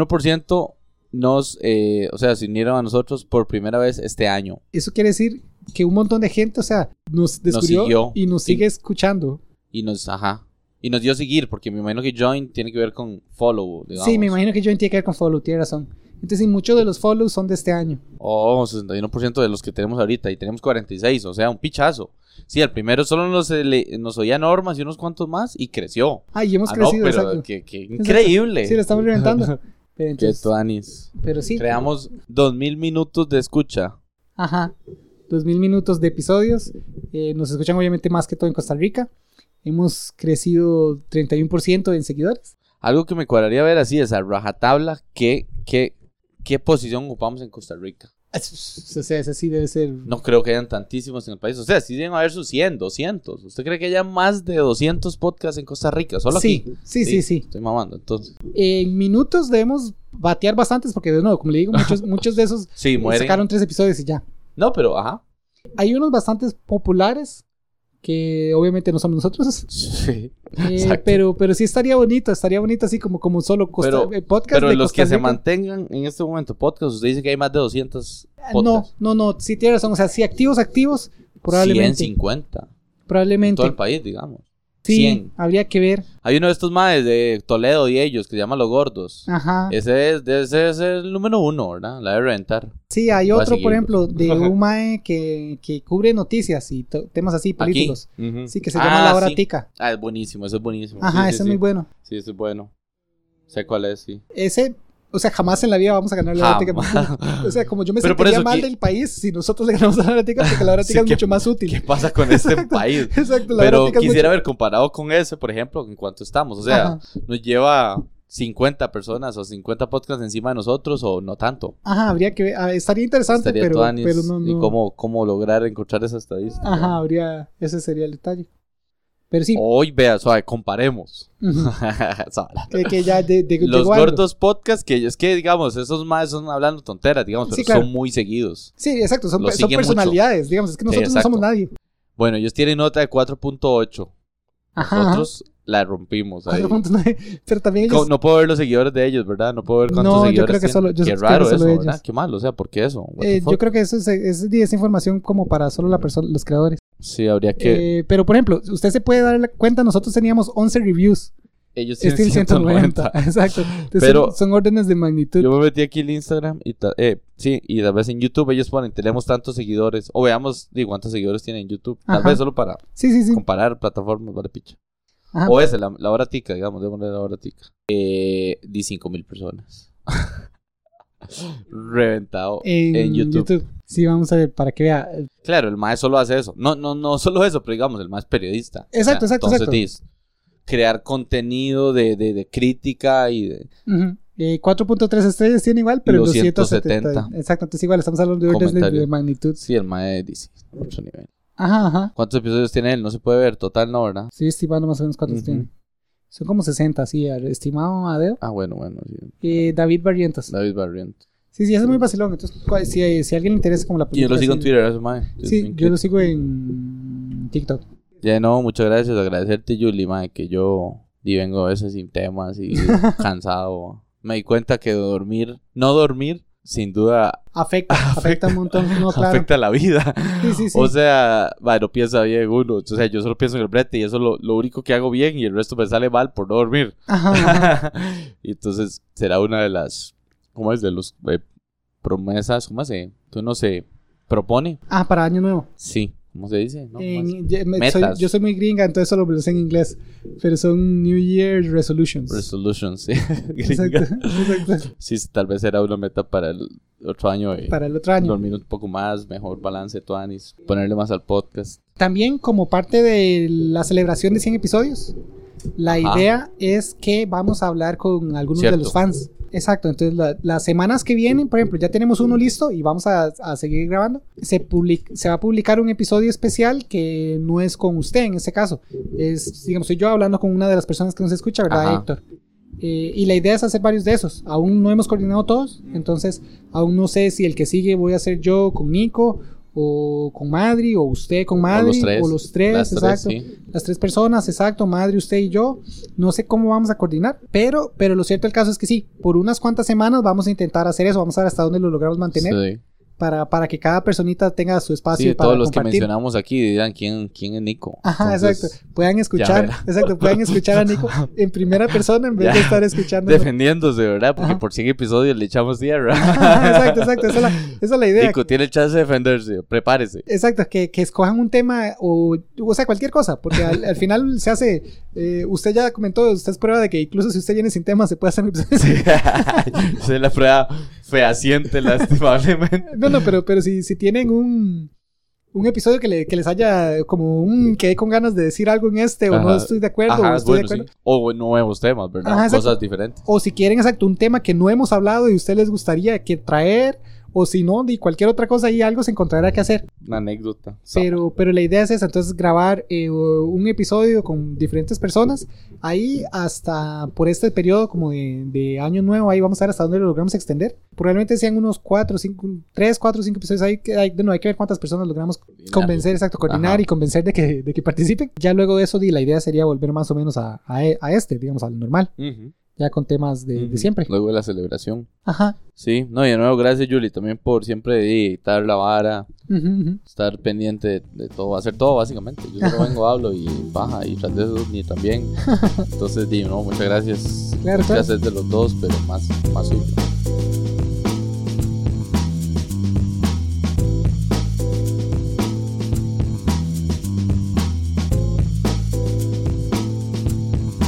61% nos, eh, o sea, se unieron a nosotros por primera vez este año. Eso quiere decir que un montón de gente, o sea, nos descubrió siguió. y nos sigue escuchando. Y nos, ajá. Y nos dio seguir, porque me imagino que join tiene que ver con follow, digamos. Sí, me imagino que yo tiene que ver con follow, tiene razón. Entonces, sí, muchos de los follows son de este año. Oh, 61% de los que tenemos ahorita. Y tenemos 46, o sea, un pichazo. Sí, al primero solo nos, eh, le- nos oía normas y unos cuantos más y creció. Ah, y hemos Ah, no, crecido, pero exacto. que, que increíble. Sí, lo estamos reventando. Pero, Que entonces- tuanis. pero sí, Creamos 2000 minutos de escucha. ajá. 2000 minutos de episodios. Eh, nos escuchan obviamente más que todo en Costa Rica. Hemos crecido 31% en seguidores. Algo que me cuadraría ver así es a rajatabla qué, qué, qué posición ocupamos en Costa Rica. Ah, O sea, ese sí debe ser. No creo que hayan tantísimos en el país. O sea, sí deben haber sus 100, 200. ¿Usted cree que haya más de 200 podcasts en Costa Rica? Solo sí, aquí. sí, sí, sí. Estoy mamando, entonces. En minutos debemos batear bastantes porque, de nuevo, como le digo, muchos, muchos de esos Sí, mueren. sacaron tres episodios y ya. No, pero ajá. Hay unos bastantes populares que obviamente no somos nosotros. Sí. Eh, Exacto. pero, pero sí estaría bonito, estaría bonito así como, como solo Costa, Pero- eh, podcast Pero de los Costa que se Rica. mantengan en este momento podcast, usted dice que hay más de 200 Eh, Ah, No, podcasts. no, no, sí tiene razón. O sea, sí activos, activos, probablemente. 150. En probablemente. todo el país, digamos. sí, 100. habría que ver. Hay uno de estos madres de Toledo y ellos que se llama Los Gordos. Ajá. Ese es, de- ese es el número uno, ¿verdad? La de rentar. Sí, hay Voy a otro, por seguirlo. ejemplo, de UMAE que, que cubre noticias y to- temas así Aquí. políticos. Ujú. Sí, que se llama Ah, La Hora sí. Tica. Ah, es buenísimo, eso es buenísimo. Ajá, Sí, sí, ese es sí. muy bueno. Sí, ese es bueno. Sé cuál es, sí. Ese, o sea, jamás en la vida vamos a ganar la Hora Tica. pues, Jamás. O sea, como yo me Pero por sentiría eso mal que- del país si nosotros le ganamos a la Hora Tica, porque la Hora Sí, Tica es que- mucho más útil. ¿Qué pasa con este país? pues, Exacto, la Pero Hora Tica es quisiera mucho- haber comparado con ese, por ejemplo, en cuanto estamos. O sea, Ajá. nos lleva 50 personas o 50 podcasts encima de nosotros o no tanto. Ajá, habría que ver. ah, Estaría interesante, Estaría pero, tuanis, pero no, Y no. cómo, cómo lograr encontrar esa estadística. Ajá, habría. Ese sería el detalle. Pero sí, Hoy, vea, suave, comparemos. ujú, Sala. que, que ya de, de- Los llegó algo. gordos podcasts, que es que, digamos, esos más son hablando tonteras, digamos, pero Sí, claro. son muy seguidos. Sí, exacto, son, Los son siguen mucho. personalidades, digamos, es que nosotros no exacto. somos nadie. Bueno, ellos tienen nota de 4.8. Ajá. ajá. Nosotros la rompimos ahí. 4.9, Pero también ellos. Co- No puedo ver los seguidores de ellos, ¿verdad? No puedo ver cuántos No, yo seguidores creo que tienen. solo- yo Qué creo que raro solo eso, ellos. ¿verdad? Qué mal, o sea, ¿por qué eso? What the eh, yo fuck? creo que eso es, es, es información como para solo la persona, los creadores. Sí, habría que... Eh, pero por ejemplo, usted se puede dar la cuenta, nosotros teníamos 11 reviews. ellos Steel tienen 190. 190. Exacto. Entonces, Pero- son, son órdenes de magnitud. Yo me metí aquí en Instagram y tal. Eh, sí, y tal vez en YouTube ellos ponen, tenemos tantos seguidores. O veamos digo, cuántos seguidores tienen en YouTube. Tal Ajá. vez solo para sí, sí, sí. comparar plataformas, vale picha. Ajá. O ese, la, la hora tica, digamos, démosle la hora tica. Eh, di 5.000 personas. Reventado. en YouTube. Sí, vamos a ver, para que vea. Claro, el MAE solo hace eso. No, no, no solo eso, pero digamos, el MAE es periodista. Exacto, exacto, Entonces, exacto. dis, crear contenido de, de, de crítica y de Ujú. Eh, 4.3 estrellas tiene igual, pero 270. 270. Exacto, entonces igual estamos hablando de órdenes de, Comentarios. de magnitud. sí, el MAE dice otro nivel. Ajá, ajá. ¿Cuántos episodios tiene él? No se puede ver, total no, ¿verdad? Sí, estimando más o menos cuántos Ujú. tiene. Son como 60, sí, al estimado Adeo. Ah, bueno, bueno, sí. Eh, David Barrientos. David Barrientos. Sí, sí, ese es muy vacilón. Entonces, cua- si, eh, si a alguien le interesa como la Y yo lo política, sigo sí. en Twitter, eso, mae. Sí, yo lo sigo en TikTok. Ya, no, muchas gracias. Agradecerte, Yuli, mae, que yo y vengo a veces sin temas y cansado. Me di cuenta que dormir, no dormir, sin duda Afecta, afecta un montón. No, claro. afecta la vida. Sí, sí, sí. O sea, bueno, piensa bien uno. O sea, yo solo pienso en el brete y eso es lo, lo único que hago bien y el resto me sale mal por no dormir. Ajá, ajá. y entonces será una de las, ¿cómo es? De los eh, promesas, ¿cómo se? Que uno se propone. Ah, para Año Nuevo. Sí, ¿cómo se dice? No, En- más- ye- me- Metas. soy- yo soy muy gringa, entonces solo me lo sé en inglés. Pero son New Year Resolutions. Resolutions, sí. Exacto, Gringa. exacto. Sí, sí, tal vez era una meta para el otro año. eh, Para el otro año. Dormir un poco más, mejor balance, tuanis, ponerle más al podcast. También como parte de la celebración de 100 episodios, la Ajá. idea es que vamos a hablar con algunos Cierto. de los fans. Exacto, entonces la- las semanas que vienen, por ejemplo, ya tenemos uno listo y vamos a, a seguir grabando. Se, public- se va a publicar un episodio especial que no es con usted en este caso. Es, digamos, soy yo hablando con una de las personas que nos escucha, ¿verdad, Ajá. Héctor? Eh, y la idea es hacer varios de esos. Aún no hemos coordinado todos, Mm. entonces aún no sé si el que sigue voy a hacer yo con Nico o con Madri o usted con Madri los tres. los tres, Las tres, exacto. sí. Las tres personas, exacto, Madri, usted y yo. No sé cómo vamos a coordinar, pero, pero lo cierto del caso es que sí, por unas cuantas semanas vamos a intentar hacer eso, vamos a ver hasta dónde lo logramos mantener Sí. para, para que cada personita tenga su espacio Sí, para todos los que compartir. mencionamos aquí dirán quién, quién es Nico. Ajá, Entonces, exacto. Puedan escuchar, verá. exacto, puedan escuchar a Nico en primera persona en vez Ya. de estar escuchando. Defendiéndose, ¿verdad? Porque Ajá. por 100 episodios le echamos tierra. exacto, exacto, esa es la, esa es la idea. Nico tiene el chance de defenderse, prepárese. Exacto, que, que escojan un tema o, o sea, cualquier cosa, porque al, al final se hace, eh, usted ya comentó, usted es prueba de que incluso si usted viene sin tema se puede hacer un episodio. Sí. Esa es la prueba fehaciente, lastimablemente. No, no, pero, pero si, si tienen un, un episodio que, le- que les haya como un, quedé con ganas de decir algo en este o no Ajá. estoy de acuerdo o Ajá, estoy de bueno, sí. acuerdo. O nuevos temas, ¿verdad? Ajá, exacto. Cosas diferentes. O si quieren, exacto, un tema que no hemos hablado y a usted les gustaría que traer O si no, de cualquier otra cosa y algo se encontrará que hacer. Una anécdota. So- Pero, pero la idea es esa, entonces grabar eh, un episodio con diferentes personas. Ahí hasta por este periodo como de, de año nuevo, ahí vamos a ver hasta dónde lo logramos extender. Probablemente sean unos 4, 5, 3, 4, 5 episodios. Ahí que- hay, bueno, hay que ver cuántas personas logramos convencer, exacto, coordinar Ajá. y convencer de que, de que participen. Ya luego de eso, di, la idea sería volver más o menos a, a, a este, digamos, al normal, Ujú, ya con temas de, de ujú. siempre. Luego de la celebración. Ajá. Sí, no, y de nuevo, gracias, Julie, también por siempre editar la vara, ujú, ujú. estar pendiente de, de todo, hacer todo básicamente. Yo solo vengo, hablo y baja, y tras de eso ni también. Entonces, di, no, muchas gracias. Claro, claro. Muchas gracias de los dos, pero más, más suyo.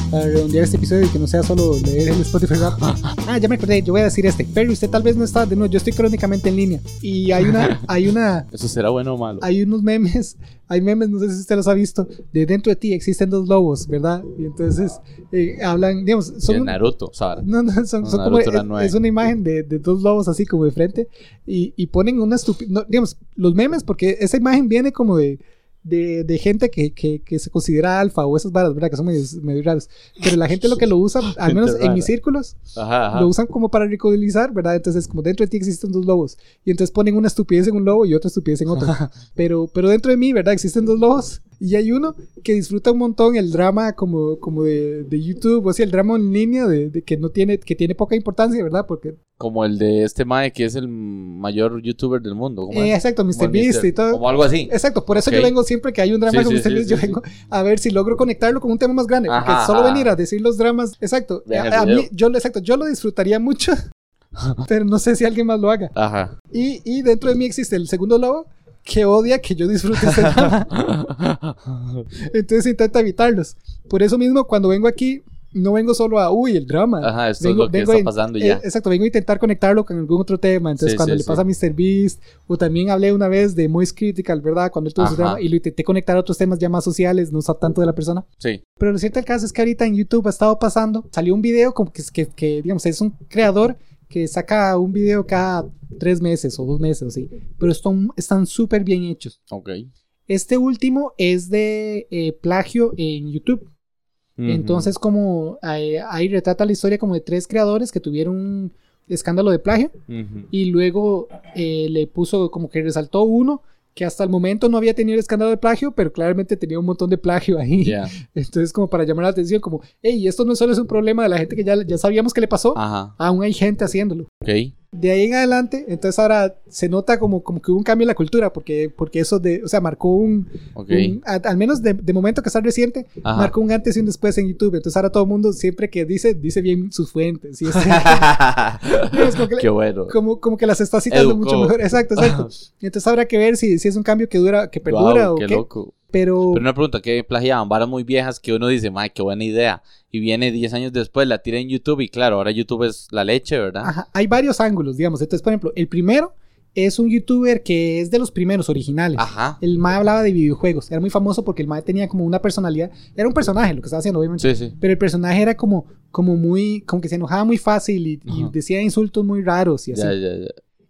para redondear este episodio y que no sea solo leer el Spotify Rap. Ah, ya me acordé, yo voy a decir este. Pero usted tal vez no está, de nuevo, yo estoy crónicamente en línea. Y hay una, hay una, ¿Eso será bueno o malo? hay unos memes, hay memes, no sé si usted los ha visto, de dentro de ti existen dos lobos, ¿verdad? Y entonces eh, hablan, digamos, De son... Naruto, ¿sabes? No, no, son, No, son como. Naruto era es- nueve. Es una imagen de, de dos lobos así como de frente y, y ponen una estupidez. digamos, los memes, porque esa imagen viene como de, de, de gente que, que, que se considera alfa o esas varas, ¿verdad? Que son medio, medio raros. Pero la gente lo que lo usa, al Gente menos en rara. mis círculos, Ajá, ajá. lo usan como para ridiculizar, ¿verdad? Entonces, como dentro de ti existen dos lobos. Y entonces ponen una estupidez en un lobo y otra estupidez en otro. pero, pero dentro de mí, ¿verdad? Existen dos lobos. Y hay uno que disfruta un montón el drama como, como de, de YouTube, o sea, el drama en línea de, de que no tiene, que tiene poca importancia, ¿verdad? Porque, Como el de este Mae, que es el mayor youtuber del mundo. ¿cómo eh, es? exacto, Como Mr. el Beast y todo. Como algo así. Exacto, por eso Ok. yo vengo siempre que hay un drama Sí, con sí, Mr. sí, Beast, sí, yo sí. vengo a ver si logro conectarlo con un tema más grande. Ajá, porque solo ajá. venir a decir los dramas, exacto. Vean a- a el mí, video. yo, lo- exacto, yo lo disfrutaría mucho, pero no sé si alguien más lo haga. Ajá. Y, y dentro de mí existe el segundo lobo que odia que yo disfrute este drama. Entonces intenta evitarlos. Por eso mismo, cuando vengo aquí, no vengo solo a, uy, el drama. Ajá, esto Vengo- es lo que vengo está en- pasando ya. Eh, exacto, vengo a intentar conectarlo con algún otro tema. Entonces, Sí, cuando sí, le pasa a Mr. Beast, o también hablé una vez de Moist Critical, ¿verdad? Cuando él tuvo su Ajá. drama y lo intenté conectar a otros temas ya más sociales, no sa- tanto de la persona. Sí. Pero lo cierto del caso es que ahorita en YouTube ha estado pasando, salió un video como que, que, que, digamos, es un creador que saca un video cada tres meses o dos meses o así, pero están están súper bien hechos. Ok. Este último es de eh, plagio en YouTube, entonces como eh, ahí retrata la historia como de tres creadores que tuvieron un escándalo de plagio Ujú, ujú. y luego eh, le puso como que resaltó uno que hasta el momento no había tenido escándalo de plagio, pero claramente tenía un montón de plagio ahí. Ya. Entonces, como para llamar la atención, como, hey, esto no solo es un problema de la gente que ya, ya sabíamos que le pasó, Ajá. aún hay gente haciéndolo. Ok. De ahí en adelante, entonces ahora se nota como, como que hubo un cambio en la cultura, porque, porque eso de, o sea, marcó un, Ok. un- a- al menos de, de momento que está reciente, Ajá. marcó un antes y un después en YouTube. Entonces ahora todo el mundo siempre que dice, dice bien sus fuentes. Y es, Es como que le- Qué bueno. como, como que las está citando Educó. mucho mejor. Exacto, exacto. Entonces habrá que ver si, si es un cambio que dura, que perdura Guau, o qué qué. loco. Pero, Pero una pregunta, ¿qué plagiaban? Varas muy viejas que uno dice, madre, qué buena idea. Y viene 10 años después, la tira en YouTube y claro, ahora YouTube es la leche, ¿verdad? Ajá, hay varios ángulos, digamos. Entonces, por ejemplo, el primero es un youtuber que es de los primeros originales. Ajá. El Mae hablaba de videojuegos. Era muy famoso porque el Mae tenía como una personalidad. Era un personaje lo que estaba haciendo, obviamente. Sí, sí. Pero el personaje era como, como muy, como que se enojaba muy fácil y, y Ajá. decía insultos muy raros y así. Ya, ya, ya.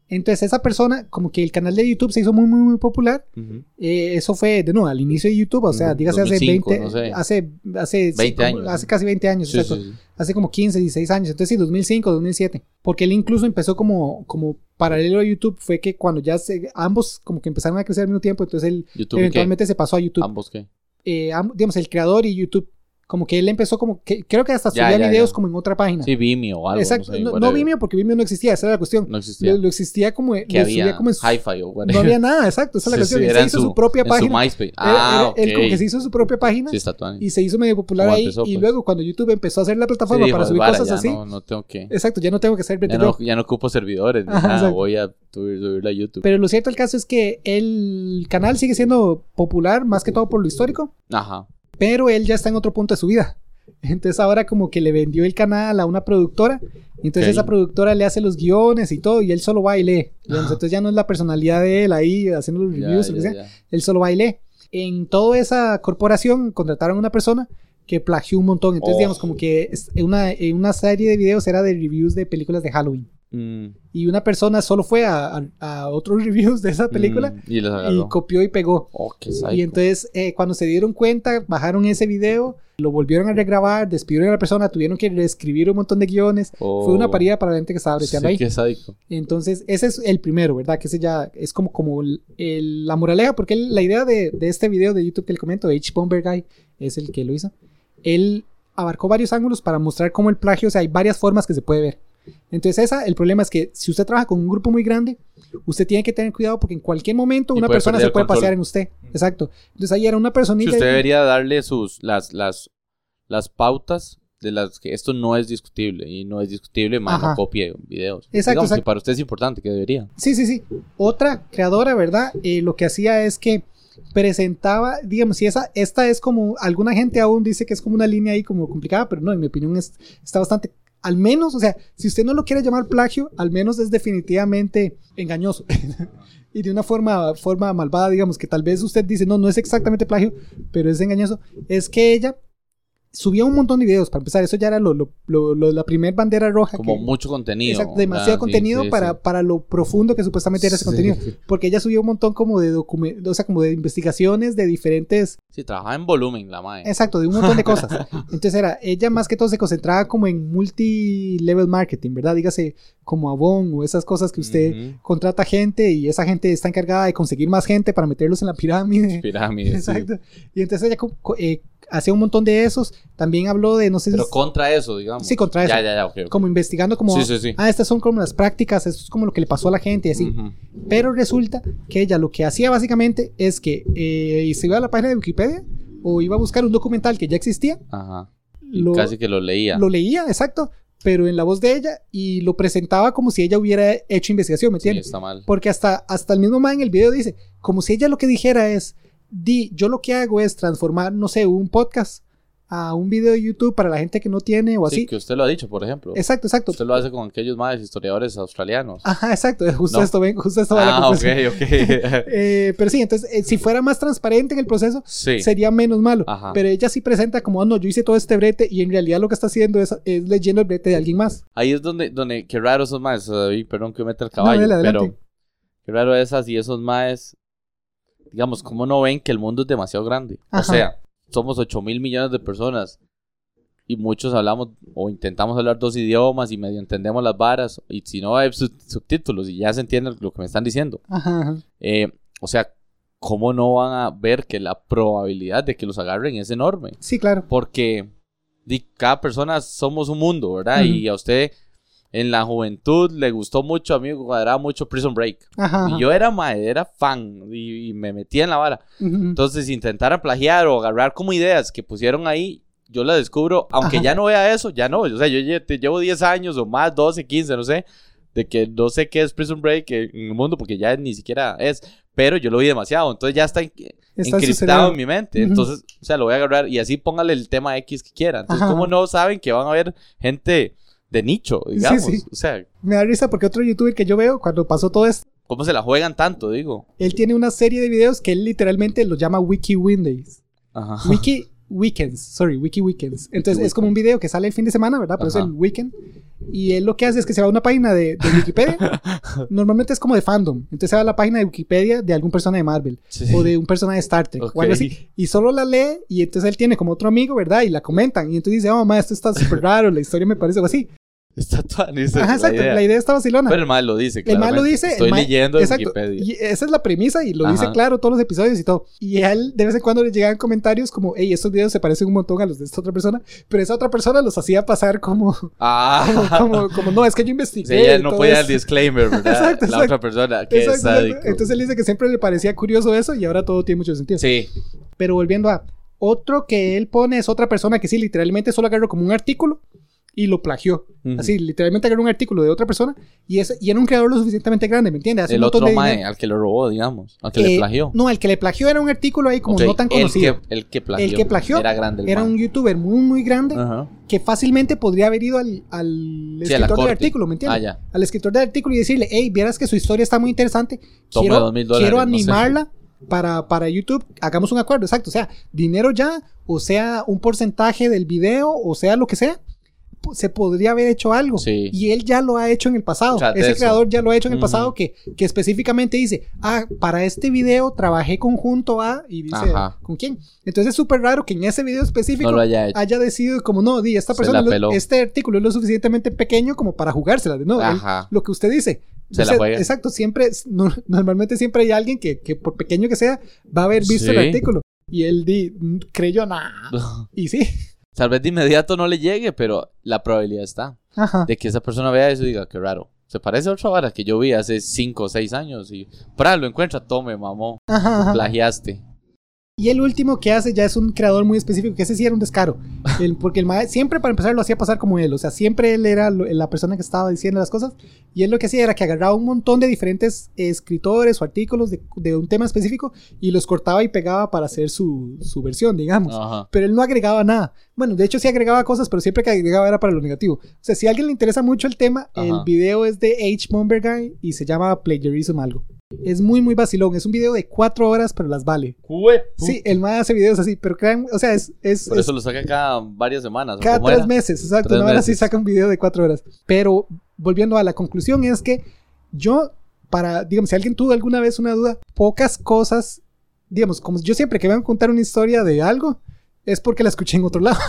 Entonces, esa persona, como que el canal de YouTube se hizo muy, muy, muy popular. Ujú. Eh, eso fue, de nuevo, al inicio de YouTube, o sea, Ujú, dígase 2005, hace 20, no sé. hace, hace, 20 como- años. hace casi 20 años, Sí, exacto sí, sí. hace como 15, 16 años, entonces sí, 2005, 2007, porque él incluso empezó como, como paralelo a YouTube, fue que cuando ya se, ambos como que empezaron a crecer al mismo tiempo, entonces él YouTube y qué? eventualmente se pasó a YouTube, Ambos qué. Eh, am- digamos, el creador y YouTube, como que él empezó como, que, creo que hasta Ya, subía ya, videos ya. como en otra página. Sí, Vimeo o algo. Exacto, no, sé, no, no whatever. Vimeo porque Vimeo no existía, esa era la cuestión. No existía. Lo, lo existía como, lo que había subía como en su- hi-fi o whatever. no había nada, exacto, esa es la Sí, cuestión. sí, él era se en hizo su- su propia en su página. MySpace. Era- Ah, era- Él como ok. que se hizo su propia página Sí, está tuani. y se hizo medio popular Como ahí. empezó, y pues. luego cuando YouTube empezó a hacer la plataforma Sí, para dijo, subir "Vara, cosas ya así, No, no tengo que. Exacto, ya no tengo que ser Ya Better no, Blog. ya no ocupo servidores. ni Ajá, nada, exacto. voy a subir, subirlo a YouTube. Pero lo cierto el caso es que el canal sigue siendo popular, más que todo por lo histórico, Ajá. pero él ya está en otro punto de su vida. Entonces ahora como que le vendió el canal a una productora, entonces Ok. esa productora le hace los guiones y todo, y él solo va y lee. Digamos, Ajá. entonces ya no es la personalidad de él ahí haciendo los Ya, reviews, o lo ya, que sea, ya. él solo va y lee. En toda esa corporación contrataron a una persona que plagió un montón, entonces Oh. digamos como que es- una, una serie de videos era de reviews de películas de Halloween. Mm, Y una persona solo fue a, a- a otros reviews de esa película mm, y los agarró. y copió y pegó. oh, qué Y psycho. entonces, eh, cuando se dieron cuenta, bajaron ese video, lo volvieron a regrabar, despidieron a la persona, tuvieron que reescribir un montón de guiones. Oh, Fue una parida para la gente que estaba breteando sí, ahí. qué psycho. Entonces, ese es el primero, ¿verdad? Que ese ya es como, como el- el- la moraleja, porque él- la idea de, de este video de YouTube que le comento, H. Bomber Guy, es el que lo hizo. Él abarcó varios ángulos para mostrar cómo el plagio, o sea, hay varias formas que se puede ver. Entonces, esa, el problema es que si usted trabaja con un grupo muy grande, usted tiene que tener cuidado porque en cualquier momento Y una puede persona perder se el puede control. pasear en usted. Exacto. Entonces, ahí era una personita. Si usted y- debería darle sus las las las pautas de las que esto no es discutible y no es discutible más no Ajá. copie videos. Exacto, Digamos que exacto. para usted es importante que debería. Sí, sí, sí. Otra creadora, ¿verdad? Eh, lo que hacía es que presentaba, digamos, si esa, esta es como, alguna gente aún dice que es como una línea ahí como complicada, pero no, en mi opinión es, está bastante, al menos, o sea, si usted no lo quiere llamar plagio, al menos es definitivamente engañoso. y de una forma, forma malvada, digamos, que tal vez usted dice, no, no es exactamente plagio, pero es engañoso, es que ella subía un montón de videos, para empezar, eso ya era lo, lo- lo- lo- la primera bandera roja. Como que- mucho contenido. Exacto, demasiado ¿verdad? Sí, contenido sí, para, sí. para lo profundo que supuestamente era ese Sí. contenido. Porque ella subió un montón como de documentos, o sea, como de investigaciones de diferentes, Sí, trabajaba en volumen la mae. exacto, de un montón de cosas. Entonces era, ella más que todo se concentraba como en multi-level marketing, ¿verdad? Dígase como Avon o esas cosas que usted Ujú. contrata gente y esa gente está encargada de conseguir más gente para meterlos en la pirámide. Pirámide. sí. Exacto. Y entonces ella co- co- eh, hacía un montón de esos. También habló de, no sé si... Pero contra eso, digamos. Sí, contra eso. Ya, ya, ya, ok, ok. Como investigando como... Sí, sí, sí. Ah, estas son como las prácticas, esto es como lo que le pasó a la gente y así. Ujú. Pero resulta que ella lo que hacía básicamente es que eh, se iba a la página de Wikipedia o iba a buscar un documental que ya existía, Ajá. Y lo, casi que lo leía. lo leía, exacto, pero en la voz de ella y lo presentaba como si ella hubiera hecho investigación, ¿me Sí, entiendes? está mal. Porque hasta, hasta el mismo man en el video dice, como si ella lo que dijera es, di, yo lo que hago es transformar, no sé, un podcast a un video de YouTube para la gente que no tiene o Sí, así. que usted lo ha dicho, por ejemplo. Exacto, exacto. Usted lo hace con aquellos madres historiadores australianos. Ajá, exacto, justo No. esto, ven, justo esto va la Ah, ok, conclusión. ok. Eh, pero sí, entonces, eh, si fuera más transparente en el proceso, sí. sería menos malo. Ajá. Pero ella sí presenta como, "Ah, no, yo hice todo este brete y en realidad lo que está haciendo es, es leyendo el brete de alguien más. Ahí es donde, donde, qué raro esos maes, David, perdón que meta el caballo, dale, adelante. pero qué raro esas y esos maes, digamos, cómo no ven que el mundo es demasiado grande. O Ajá. sea, somos 8 mil millones de personas y muchos hablamos o intentamos hablar dos idiomas y medio entendemos las varas y si no hay sub- subtítulos y ya se entiende lo que me están diciendo. Ajá, ajá. Eh, o sea, cómo no van a ver que la probabilidad de que los agarren es enorme Sí, claro. porque di, cada persona somos un mundo, ¿verdad? Y a usted en la juventud le gustó mucho, a mí me cuadraba mucho Prison Break. Ajá. ajá. Y yo era madre, era fan y, y me metía en la vara. Ujú. Entonces, si intentara plagiar o agarrar como ideas que pusieron ahí, yo las descubro, aunque Ajá. ya no vea eso, ya no. O sea, yo lle- te llevo 10 años o más, 12, 15, no sé, de que no sé qué es Prison Break en el mundo porque ya ni siquiera es. Pero yo lo vi demasiado, entonces ya está en- Está en su encriptado cerebro. en mi mente. Ujú. Entonces, o sea, lo voy a agarrar y así póngale el tema X que quiera. Entonces, Ajá. ¿cómo no saben que van a haber gente de nicho, digamos? sí. O sea, Me da risa porque otro youtuber que yo veo cuando pasó todo esto, ¿cómo se la juegan tanto, digo? él tiene una serie de videos que él literalmente lo llama Wiki Weekdays. Ajá. Wiki Weekends, sorry, Wiki Weekends. Entonces es como un video que sale el fin de semana, ¿verdad? Por eso Ajá. el weekend. Y él lo que hace es que se va a una página de, de Wikipedia. Normalmente es como de fandom. Entonces se va a la página de Wikipedia de algún personaje de Marvel. Sí. o de un personaje de Star Trek o Ok. algo así. Y solo la lee y entonces él tiene como otro amigo, ¿verdad? Y la comentan. Y entonces dice, oh, mamá, esto está súper raro, la historia me parece algo así. Está toda lista Ajá, la exacto, idea. la idea está vacilona. Pero el mal lo dice, el claramente. mal lo dice. el Estoy mae- leyendo en exacto, Wikipedia. Y esa es la premisa y lo dice Ajá. claro todos los episodios y todo. Y a él de vez en cuando le llegaban comentarios como, hey, estos videos se parecen un montón a los de esta otra persona. Pero esa otra persona los hacía pasar como, como, Ah, como, como, no, es que yo o investigué. sea, ella y no todo podía dar el eso". disclaimer, ¿verdad? Exacto, la exacto. otra persona, que es Exacto, exacto. sádico. Entonces él dice que siempre le parecía curioso eso y ahora todo tiene mucho sentido. Sí, Pero volviendo a otro que él pone es otra persona que sí, literalmente solo agarró como un artículo y lo plagió. Ujú. Así, literalmente agarró un artículo de otra persona y, es, y era un creador lo suficientemente grande, ¿me entiendes? Hace el un montón otro de mae, dinero. al que lo robó, digamos, al que le Eh, plagió. No, el que le plagió era un artículo ahí como Ok, no tan el conocido. que- El que plagió. El que plagió Era grande el Era mae. un youtuber muy, muy grande Ajá. que fácilmente podría haber ido al, al Ah. Sí, a la escritor del corte. artículo, ¿me Ah, entiendes? ya. al escritor del artículo y decirle, hey, vieras que su historia está muy interesante, Toma quiero, dos mil dólares, quiero no sé". animarla para, para YouTube, hagamos un acuerdo, exacto, o sea, dinero ya, o sea, un porcentaje del video, o sea, lo que sea, po- se podría haber hecho algo. Sí. Y él ya lo ha hecho en el pasado. O sea, de Ese eso. creador ya lo ha hecho en el Ujú. pasado que, que específicamente dice, ah, para este video trabajé conjunto a... Y dice, Ajá. ¿con quién? Entonces es súper raro que en ese video específico No lo haya hecho. haya decidido como, no, di, esta Eh, Se persona, la lo- peló. este artículo es lo suficientemente pequeño como para jugársela. No, él- Ajá. lo que usted dice. Se la Usted- juega. Exacto, siempre, no- normalmente siempre hay alguien que, que por pequeño que sea, va a haber visto el Sí. artículo. Y él di, "Mm, creyó nada. Y sí. Tal vez de inmediato no le llegue, pero la probabilidad está Ajá. de que esa persona vea eso y diga, qué raro. Se parece a otra vara que yo vi hace 5 o 6 años y, para, lo encuentra, tome, mamó, Ajá, ajá. plagiaste. Y el último que hace ya es un creador muy específico, que ese sí era un descaro. El- porque el mae siempre para empezar lo hacía pasar como él, o sea, siempre él era lo- la persona que estaba diciendo las cosas. Y él lo que hacía era que agarraba un montón de diferentes eh, escritores o artículos de, de un tema específico y los cortaba y pegaba para hacer su, su versión, digamos. Ajá. pero él no agregaba nada. Bueno, de hecho sí agregaba cosas, pero siempre que agregaba era para lo negativo. O sea, si a alguien le interesa mucho el tema, Ajá. el video es de H. Momberguy y se llama Plagiarism algo. Es muy, muy vacilón. Es un video de cuatro horas, pero las vale. Sí, el más hace videos así, pero crean, o sea, es, es, Por es eso lo saca cada varias semanas. ¿o cada cómo tres era? meses, exacto. Tres no, ahora sí meses. saca un video de cuatro horas. Pero volviendo a la conclusión, es que yo, para, digamos, si alguien tuvo alguna vez una duda, pocas cosas, digamos, como yo siempre que voy a contar una historia de algo, es porque la escuché en otro lado.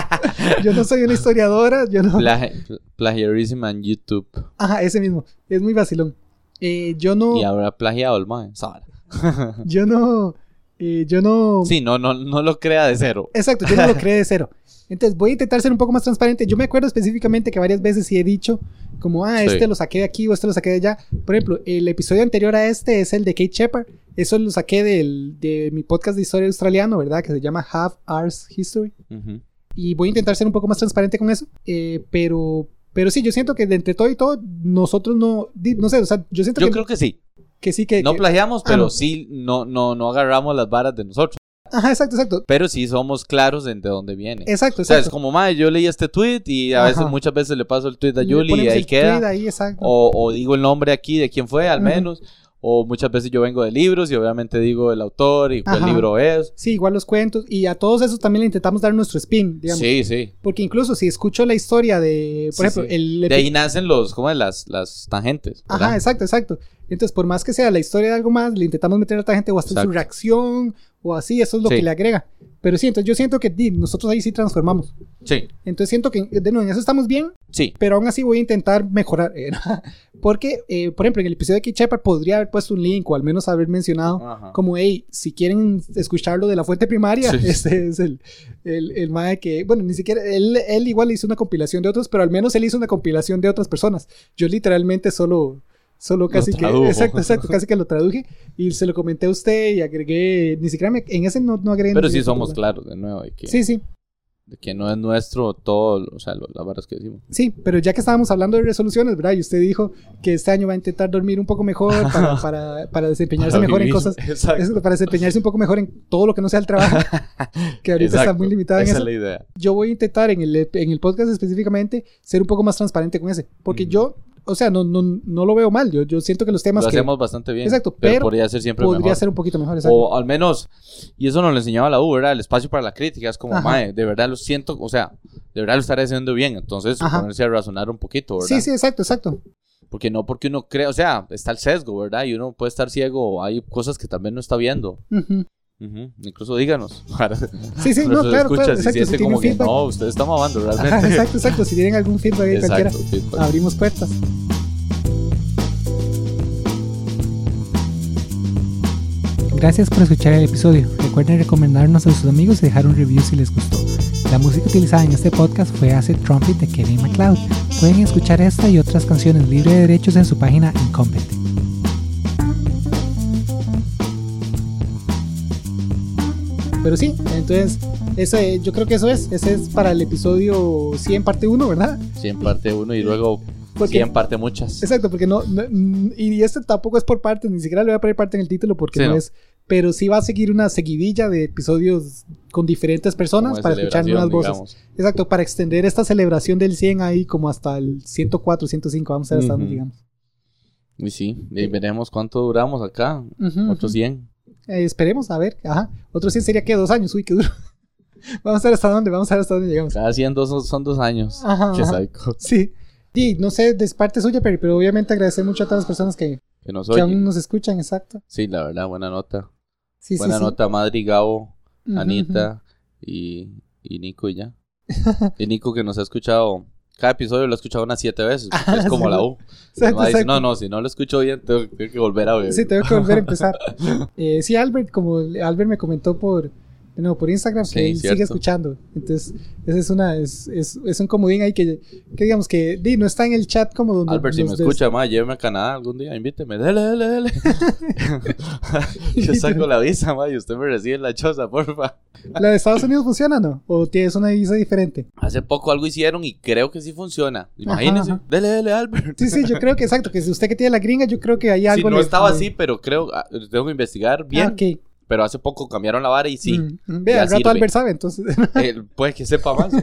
yo no soy una historiadora, yo no. Plagi- pl- plagiarism en YouTube. Ajá, ese mismo. Es muy vacilón. Eh, yo no, Y habrá plagiado el mae. esa vara. yo no, eh, yo no. Sí, no, no, no lo crea de cero. Exacto, yo no lo creé de cero. Entonces voy a intentar ser un poco más transparente. Yo me acuerdo específicamente que varias veces sí he dicho, como, ah, Sí. este lo saqué de aquí o este lo saqué de allá. Por ejemplo, el episodio anterior a este es el de Kate Shepard. Eso lo saqué del, de mi podcast de historia australiano, ¿verdad? Que se llama Half Hours History. Ujú. Y voy a intentar ser un poco más transparente con eso. Eh, pero, pero sí, yo siento que de entre todo y todo, nosotros no, di- no sé, o sea, yo siento Yo que, creo que sí. que sí que... No que- plagiamos, Ah, pero no. sí no, no, no agarramos las varas de nosotros. Ajá, exacto, exacto. Pero sí somos claros en de dónde viene. Exacto, exacto. o sea, es como, mae, yo leí este tweet y a veces, Ajá. muchas veces le paso el tweet a Le Yuli y ponemos ahí el queda. tweet ahí, exacto. O, o digo el nombre aquí de quién fue, al Ujú. menos. O muchas veces yo vengo de libros y obviamente digo el autor y cuál Ajá. libro es. Sí, igual los cuentos. Y a todos esos también le intentamos dar nuestro spin, digamos. Sí, sí. Porque incluso si escucho la historia de, por Sí, ejemplo, sí. el... De ahí nacen los, ¿cómo es? Las, las tangentes. Ajá, ¿verdad? exacto, exacto. Entonces, por más que sea la historia de algo más, le intentamos meter a otra gente o hasta su Exacto. reacción o así, eso es lo Sí. que le agrega. Pero sí, entonces yo siento que di, nosotros ahí sí transformamos. Sí, Entonces siento que, de nuevo, en eso estamos bien, sí. pero aún así voy a intentar mejorar. eh, Porque, eh, por ejemplo, en el episodio de Keith Shepard podría haber puesto un link o al menos haber mencionado Ajá. como, hey, si quieren escucharlo de la fuente primaria, Sí. este es el, el, el mae que, bueno, ni siquiera, él, él igual hizo una compilación de otros, pero al menos él hizo una compilación de otras personas. Yo literalmente solo, solo casi que, tradujo. exacto, exacto, casi que lo traduje y se lo comenté a usted y agregué, ni siquiera me- en ese no, no agregué. Pero ni- sí somos claros, de nuevo, de que, Sí, sí, de que no es nuestro todo, o sea, lo- las varas que decimos. sí, pero ya que estábamos hablando de resoluciones, ¿verdad? Y usted dijo que este año va a intentar dormir un poco mejor para, para, para desempeñarse Para mejor en vivir. cosas. Exacto. Es para desempeñarse un poco mejor en todo lo que no sea el trabajo, que ahorita está Exacto. muy limitado en Esa eso. es la idea. Yo voy a intentar en el, en el podcast específicamente ser un poco más transparente con ese, porque Ujú. yo, o sea, no, no, no lo veo mal, yo, yo siento que los temas Mm. Lo que hacemos bastante bien. Exacto, pero, pero podría ser siempre podría mejor. ser un poquito mejor, exacto. O al menos, y eso nos lo enseñaba la U, ¿verdad? El espacio para la crítica es como, Ajá. mae, de verdad lo siento, o sea, de verdad lo estaré haciendo bien. Entonces, Ajá. ponerse a razonar un poquito, ¿verdad? sí, sí, exacto, exacto. Porque no porque uno cree, o sea, está el sesgo, ¿verdad? Y uno puede estar ciego, hay cosas que también no está viendo. Ujú. Ujú, Incluso díganos. Sí, sí, no, claro, Nuestros claro, escuchas y exacto, si siente como tienen que feedback. no, usted está mamando Ajá, realmente. exacto, exacto, si tienen algún feedback ahí cualquiera, Ah. Exacto, pues, feedback. abrimos puertas. Gracias por escuchar el episodio. Recuerden recomendarnos a sus amigos y dejar un review si les gustó. La música utilizada en este podcast fue Acid Trumpet de Kevin MacLeod. Pueden escuchar esta y otras canciones libre de derechos en su página Incompetente. Pero sí, entonces eso, eh, yo creo que eso es. Ese es para el episodio 100 parte 1, ¿verdad? 100 parte uno y luego Porque- 100 parte muchas. Exacto, porque no, no- mm, y este tampoco es por partes, ni siquiera le voy a poner parte en el título porque Sí, no, no. es, pero sí va a seguir una seguidilla de episodios con diferentes Como personas de para escuchar nuevas celebración, voces. digamos. Exacto, para extender esta celebración del 100 ahí como hasta el 104, 105, vamos a ver hasta dónde Ujú. llegamos. Y sí, y veremos cuánto duramos acá. Ujú, Otros ujú. 100. Eh, esperemos, a ver, ajá. Otro 100 sería que dos años, uy, qué duro. Vamos a ver hasta dónde, vamos a ver hasta dónde llegamos. Cada 100 dos, son- son dos años. Ajá, Qué ajá. psycho. Sí. Y no sé, de parte suya, Perry, pero obviamente agradecer mucho a todas las personas que, Que nos que oye. aún nos escuchan, exacto. Sí, la verdad, buena nota. Sí, sí, buena sí. nota, Madri, Gabo, Ujú, Anita y, y Nico y ya. y Nico que nos ha escuchado. Cada episodio lo ha escuchado unas siete veces. porque Ajá, es como Ah, sí. la U. ujú. Mi Exacto, mamá dice, exacto. no, eh. no, si no lo escucho bien, tengo, tengo que volver a ver. Sí, tengo que volver a empezar. Eh, sí, Albert, como Albert me comentó por, de nuevo, por Instagram, Sí, que él cierto. sigue escuchando. Entonces, esa es una, es, es, es un comodín ahí que, que digamos que di, no está en el chat como donde. Albert, si me los este. des- escucha, más, lléveme a Canadá algún día, invíteme. Dele, dele, dele. Yo saco la visa, ma, y usted me recibe en la choza, porfa. ¿La de Estados Unidos funciona o no? ¿O tienes una visa diferente? Hace poco algo hicieron y creo que sí funciona. Imagínese. ajá. Dele, dele, Albert. Sí, sí, yo creo que exacto, que si usted que tiene la gringa, yo creo que hay Sí, algo. no le- estaba le- así, pero creo, ah, tengo que investigar bien. Ah, ok. Pero hace poco cambiaron la vara y sí, Mm, mm, Vea, ya al rato sirve. Albert sabe, entonces. eh, puede que sepa más. ¿eh?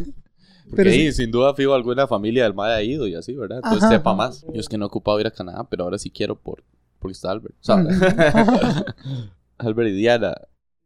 Porque Pero ahí, sin duda, fijo, alguna familia del MAE ha ido y así, ¿verdad? Entonces Ajá, sepa ajá. más. Yo es que no ocupaba ir a Canadá, pero ahora sí quiero por, porque está Albert. O sea, Ujú. Albert y Diana.